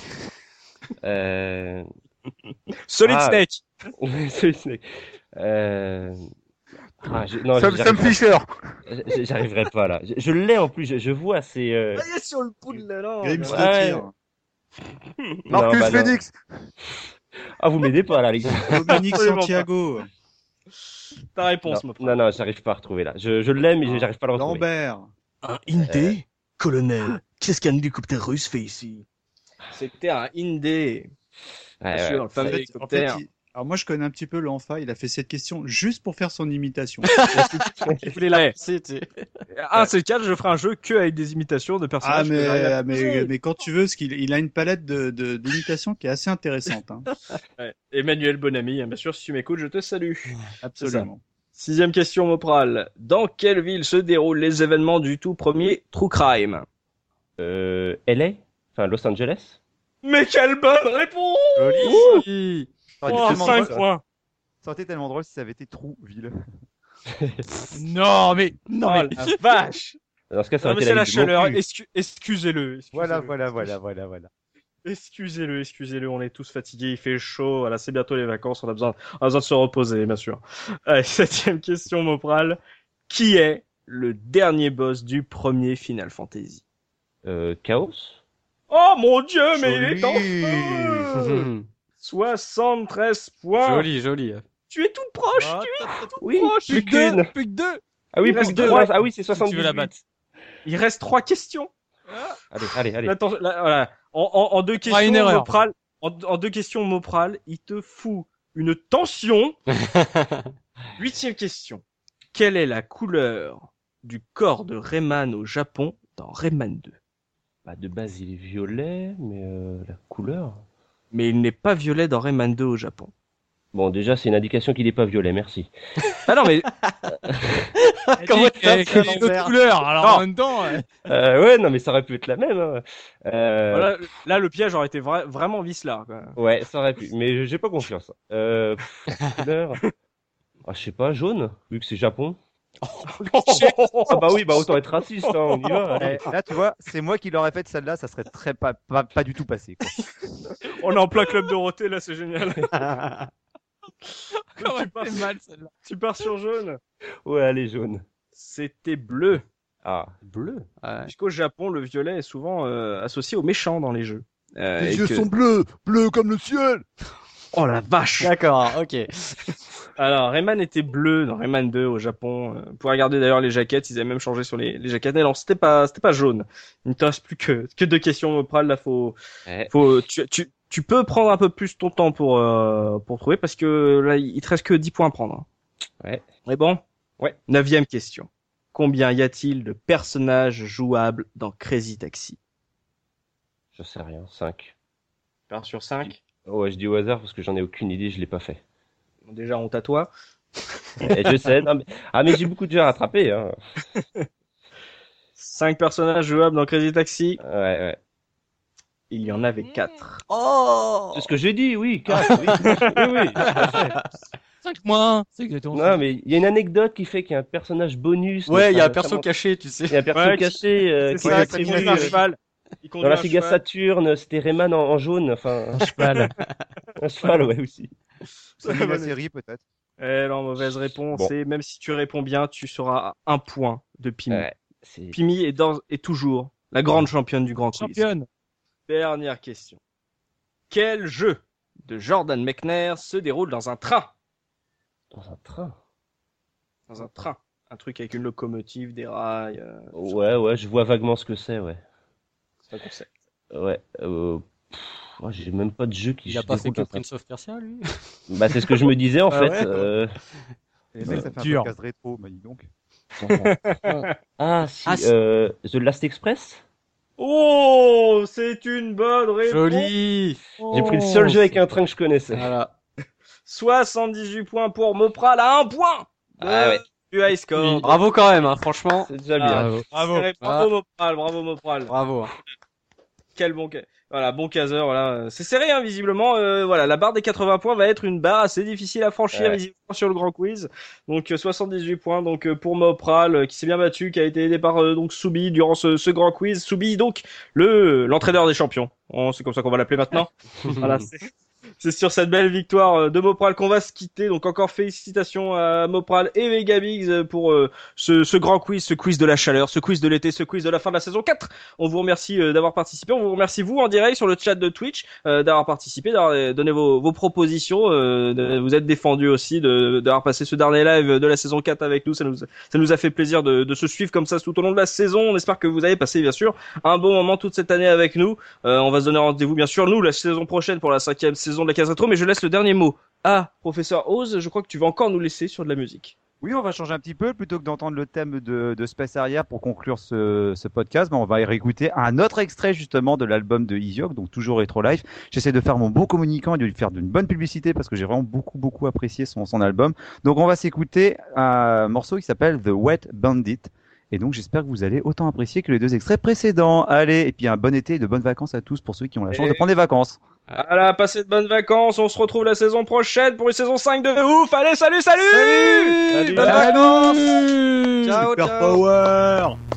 S6: euh,
S1: Solid
S6: Ah,
S1: Snake
S6: c'est- c'est- euh, ah, j'ai- non,
S8: Sam,
S6: j'arrive-
S8: Sam Fisher
S6: j'- J'arriverai pas là. Je, je l'ai en plus, je, je vois, c'est. euh,
S1: est sur le bout de la
S3: Grims
S1: langue
S6: Oh, Ouais.
S3: de tir.
S6: non,
S8: Marcus
S6: bah non.
S8: Phoenix
S6: Ah, vous m'aidez pas là, les gars.
S3: Dominique
S1: Absolument
S3: Santiago.
S1: Ta réponse,
S6: non,
S1: Mopral.
S6: non, non, j'arrive pas à retrouver là. Je, je l'ai, mais j'arrive pas à le
S8: bah,
S6: retrouver.
S3: Lambert.
S9: Un
S6: Euh.
S9: Indé Colonel, qu'est-ce qu'un hélicoptère russe fait ici
S1: C'était un Indé.
S6: Ah Ouais,
S1: Bien
S6: ouais.
S1: sûr, le
S3: En
S1: fameux
S3: fait, en fait,
S1: hélicoptère.
S3: il- Alors moi je connais un petit peu l'enfa, il a fait cette question juste pour faire son imitation. Ah,
S1: Il voulait la-
S7: C'était.
S1: Ah, c'est le cas, je ferai un jeu que avec des imitations de
S3: ah
S1: personnages. que
S3: mais,
S1: j'arrive à-
S3: ah, mais, mais quand tu veux, parce qu'il il a une palette de- de- d'imitations qui est assez intéressante. hein.
S1: Ouais. Emmanuel Bonamy, hein, bien sûr, si tu m'écoutes, je te salue.
S3: Absolument.
S1: Sixième question, Mopral. Dans quelle ville se déroulent les événements du tout premier True Crime
S6: Euh, LA Enfin, Los Angeles
S1: Mais quelle bonne réponse
S8: Joli
S7: Oh,
S8: Ça aurait été tellement drôle, ça.
S1: points
S8: Ça aurait été tellement drôle si ça avait été Trouville.
S7: Non, mais. Non,
S2: Ah,
S1: Oh
S7: mais.
S1: la vache
S6: Dans ce cas, ça
S1: Non,
S6: aurait
S1: mais
S6: été
S1: c'est
S6: la
S1: la
S6: ville de mon
S1: chaleur,
S6: cul.
S1: Excu- excusez-le. excusez-le.
S8: Voilà, voilà, voilà, voilà, voilà.
S1: Excusez-le, excusez-le, on est tous fatigués, il fait chaud, voilà, c'est bientôt les vacances, on a besoin, on a besoin de se reposer, bien sûr. Allez, septième question, Mopral. Qui est le dernier boss du premier Final Fantasy
S6: Euh, Chaos
S1: Oh mon dieu, mais il est en
S2: Hum,
S8: Joli.
S1: feu 73 points
S2: Ah. Joli, joli.
S1: Tu es tout proche,
S7: Ah,
S1: tu es tout
S6: Oui,
S1: proche
S6: plus
S7: Plus que
S6: qu'une.
S7: deux, plus que deux.
S6: Ah oui,
S1: Il
S6: plus
S1: reste
S6: que deux.
S1: trois.
S6: mince. Ah oui, c'est 78.
S7: tu veux la battre.
S1: Il reste trois questions.
S6: Allez, allez, allez.
S1: Attends, là, voilà. En, en- en deux questions,
S7: une erreur.
S1: Mopral, en, en deux questions, Mopral, il te fout une tension. Huitième question. Quelle est la couleur du corps de Rayman au Japon dans Rayman 2
S6: Bah, de base, il est violet, mais euh, la couleur.
S1: Mais il n'est pas violet dans Rayman 2 au Japon.
S6: Bon, déjà, c'est une indication qu'il n'est pas violet, merci.
S1: Ah non, mais
S7: Comment
S6: ça,
S7: avec les deux couleurs Alors en même temps. euh,
S6: Euh, ouais, non, mais ça aurait pu être la même. hein. Euh,
S1: voilà, là, le piège aurait été vra- vraiment vis là.
S6: Ouais, ça aurait pu. Mais j'ai pas confiance. Euh, pff, la couleur. Ah, je sais pas, jaune, vu que c'est Japon. Ah bah oui, bah autant être raciste, hein, on y va.
S8: Eh, Là, tu vois, c'est moi qui l'aurais faite celle-là, ça serait très pas, pas, pas du tout passé. quoi.
S1: On est en plein club Dorothée, là, c'est génial.
S7: Comment
S1: tu, pars,
S7: elle fait mal celle-là
S1: tu pars sur jaune.
S6: Ouais, allez, jaune.
S1: C'était bleu.
S6: Ah, bleu.
S1: Puisqu'au Japon, le violet est souvent euh, associé aux méchants dans les jeux. Euh, et que-
S9: bleus, bleus comme le ciel
S1: Oh la vache
S2: D'accord, ok.
S1: Alors, Rayman était bleu dans Rayman 2 au Japon. Euh, Vous pouvez regarder d'ailleurs les jaquettes, ils avaient même changé sur les, les jaquettes. Mais non, c'était pas, c'était pas jaune. Il ne te reste plus que, que deux questions, Mopral. Là, faut,
S6: Ouais.
S1: faut, tu, tu, tu peux prendre un peu plus ton temps pour, euh, pour trouver parce que là, il te reste que 10 points à prendre.
S6: Ouais.
S1: Et bon
S6: Ouais.
S1: Neuvième question. Combien y a-t-il de personnages jouables dans Crazy Taxi
S6: Je sais rien, 5.
S1: Par sur 5
S6: Ouais, je dis au hasard parce que j'en ai aucune idée, je l'ai pas fait.
S1: Déjà, on tatoue.
S6: Eh, je sais, non, mais... Ah, mais j'ai beaucoup de gens à rattraper. Hein.
S1: 5 personnages jouables dans Crazy Taxi.
S6: Ouais, ouais.
S1: Il y en avait 4.
S6: C'est ce que j'ai dit, oui, quatre, oui. oui, oui.
S7: 5 moins 1. C'est exactement ça.
S6: Non, mais il y a une anecdote qui fait qu'il y a un personnage bonus.
S2: Ouais,
S6: donc
S2: il y a
S6: ça-
S2: un perso
S6: ça-
S2: caché, tu sais.
S6: Il y a un perso
S1: Ouais, qui-
S6: caché euh, qui
S1: C'est ça,
S6: est
S1: c'est
S6: prévu,
S1: qu'il conduit un
S6: euh,
S1: cheval. Il conduit
S6: Dans la
S1: un
S6: Sega
S1: cheval.
S6: Saturn, euh, c'était Rayman en, en jaune, enfin
S2: Un cheval.
S6: un cheval, ouais aussi.
S8: C'est la série, peut-être.
S1: Eh non, mauvaise réponse.
S6: Bon.
S1: Et même si tu réponds bien, tu seras à un point de Pimi.
S6: Ouais, c'est-
S1: Pimi est, dans, est toujours la grande championne du Grand Quiz.
S7: Championne.
S1: Dernière question. Quel jeu de Jordan Mechner se déroule dans un train
S6: Dans un train.
S1: Dans un train. Un truc avec une locomotive, des rails. euh,
S6: Ouais, ouais, je vois vaguement ce que c'est, ouais.
S1: c'est un concept.
S6: Ouais. euh, pff, ouais, j'ai même pas de jeu qui.
S2: Il a
S6: se
S2: pas fait
S6: déroule
S2: que
S6: dans un train.
S2: Prince of Persia, lui
S6: Bah c'est ce que je me disais en
S2: Ah
S6: fait.
S2: ouais.
S6: euh,
S8: Les mecs, ça fait un
S7: Dur.
S8: podcast rétro, bah dis donc.
S6: ah, si, euh, The Last Express
S1: Oh, c'est une bonne réponse.
S2: Joli.
S6: J'ai pris le seul jeu
S2: Oh.
S6: avec un train que je connaissais.
S2: Voilà.
S1: 78 points pour Mopral à un point.
S6: Ah ouais.
S1: Du high score.
S2: Bravo quand même, hein, franchement.
S6: C'est déjà
S1: Ah,
S6: bien.
S1: Bravo. Bravo Mopral, bravo Mopral.
S2: Bravo. hein.
S1: Quel bon, ca- voilà, bon caseur, voilà. C'est serré, hein, visiblement. Euh, voilà, la barre des 80 points va être une barre assez difficile à franchir,
S6: Ouais.
S1: visiblement, sur le grand quiz. Donc, euh, 78 points, donc, euh, pour Mopral, euh, qui s'est bien battu, qui a été aidé par, euh, donc, Soubi durant ce, ce grand quiz. Soubi, donc, le, l'entraîneur des champions. On- c'est comme ça qu'on va l'appeler maintenant. voilà, c'est, c'est sur cette belle victoire euh, de Mopral qu'on va se quitter. Donc, encore félicitations à Mopral et Vegabix euh, pour, euh, ce, ce grand quiz, ce quiz de la chaleur, ce quiz de l'été, ce quiz de la fin de la saison 4. On vous remercie euh, d'avoir participé. On vous remercie, vous, en direct, sur le chat de Twitch, euh, d'avoir participé, d'avoir euh, donné vos, vos propositions. euh, de- vous êtes défendus aussi de- d'avoir passé ce dernier live de la saison 4 avec nous. Ça nous, ça nous a fait plaisir de, de se suivre comme ça tout au long de la saison. On espère que vous avez passé, bien sûr, un bon moment toute cette année avec nous. Euh, on va se donner rendez-vous, bien sûr, nous, la saison prochaine pour la cinquième saison de la Case Rétro. Mais je laisse le dernier mot à professeur Oz. Je crois que tu vas encore nous laisser sur de la musique.
S5: Oui, on va changer un petit peu. Plutôt que d'entendre le thème de, de Space Arrière pour conclure ce, ce podcast, ben, on va y réécouter un autre extrait justement de l'album de Isiok, donc toujours Retro Life. J'essaie de faire mon bon communicant et de lui faire une bonne publicité parce que j'ai vraiment beaucoup, beaucoup apprécié son, son album. Donc on va s'écouter un morceau qui s'appelle The Wet Bandit. Et donc j'espère que vous allez autant apprécier que les deux extraits précédents. Allez, et puis un bon été et de bonnes vacances à tous pour ceux qui ont la chance de prendre des vacances.
S1: Voilà, passez de bonnes vacances. On se retrouve la saison prochaine pour une saison 5 de ouf. Allez, salut, salut,
S3: Bonne vacances
S1: Ciao,
S3: Super
S1: ciao.
S3: Power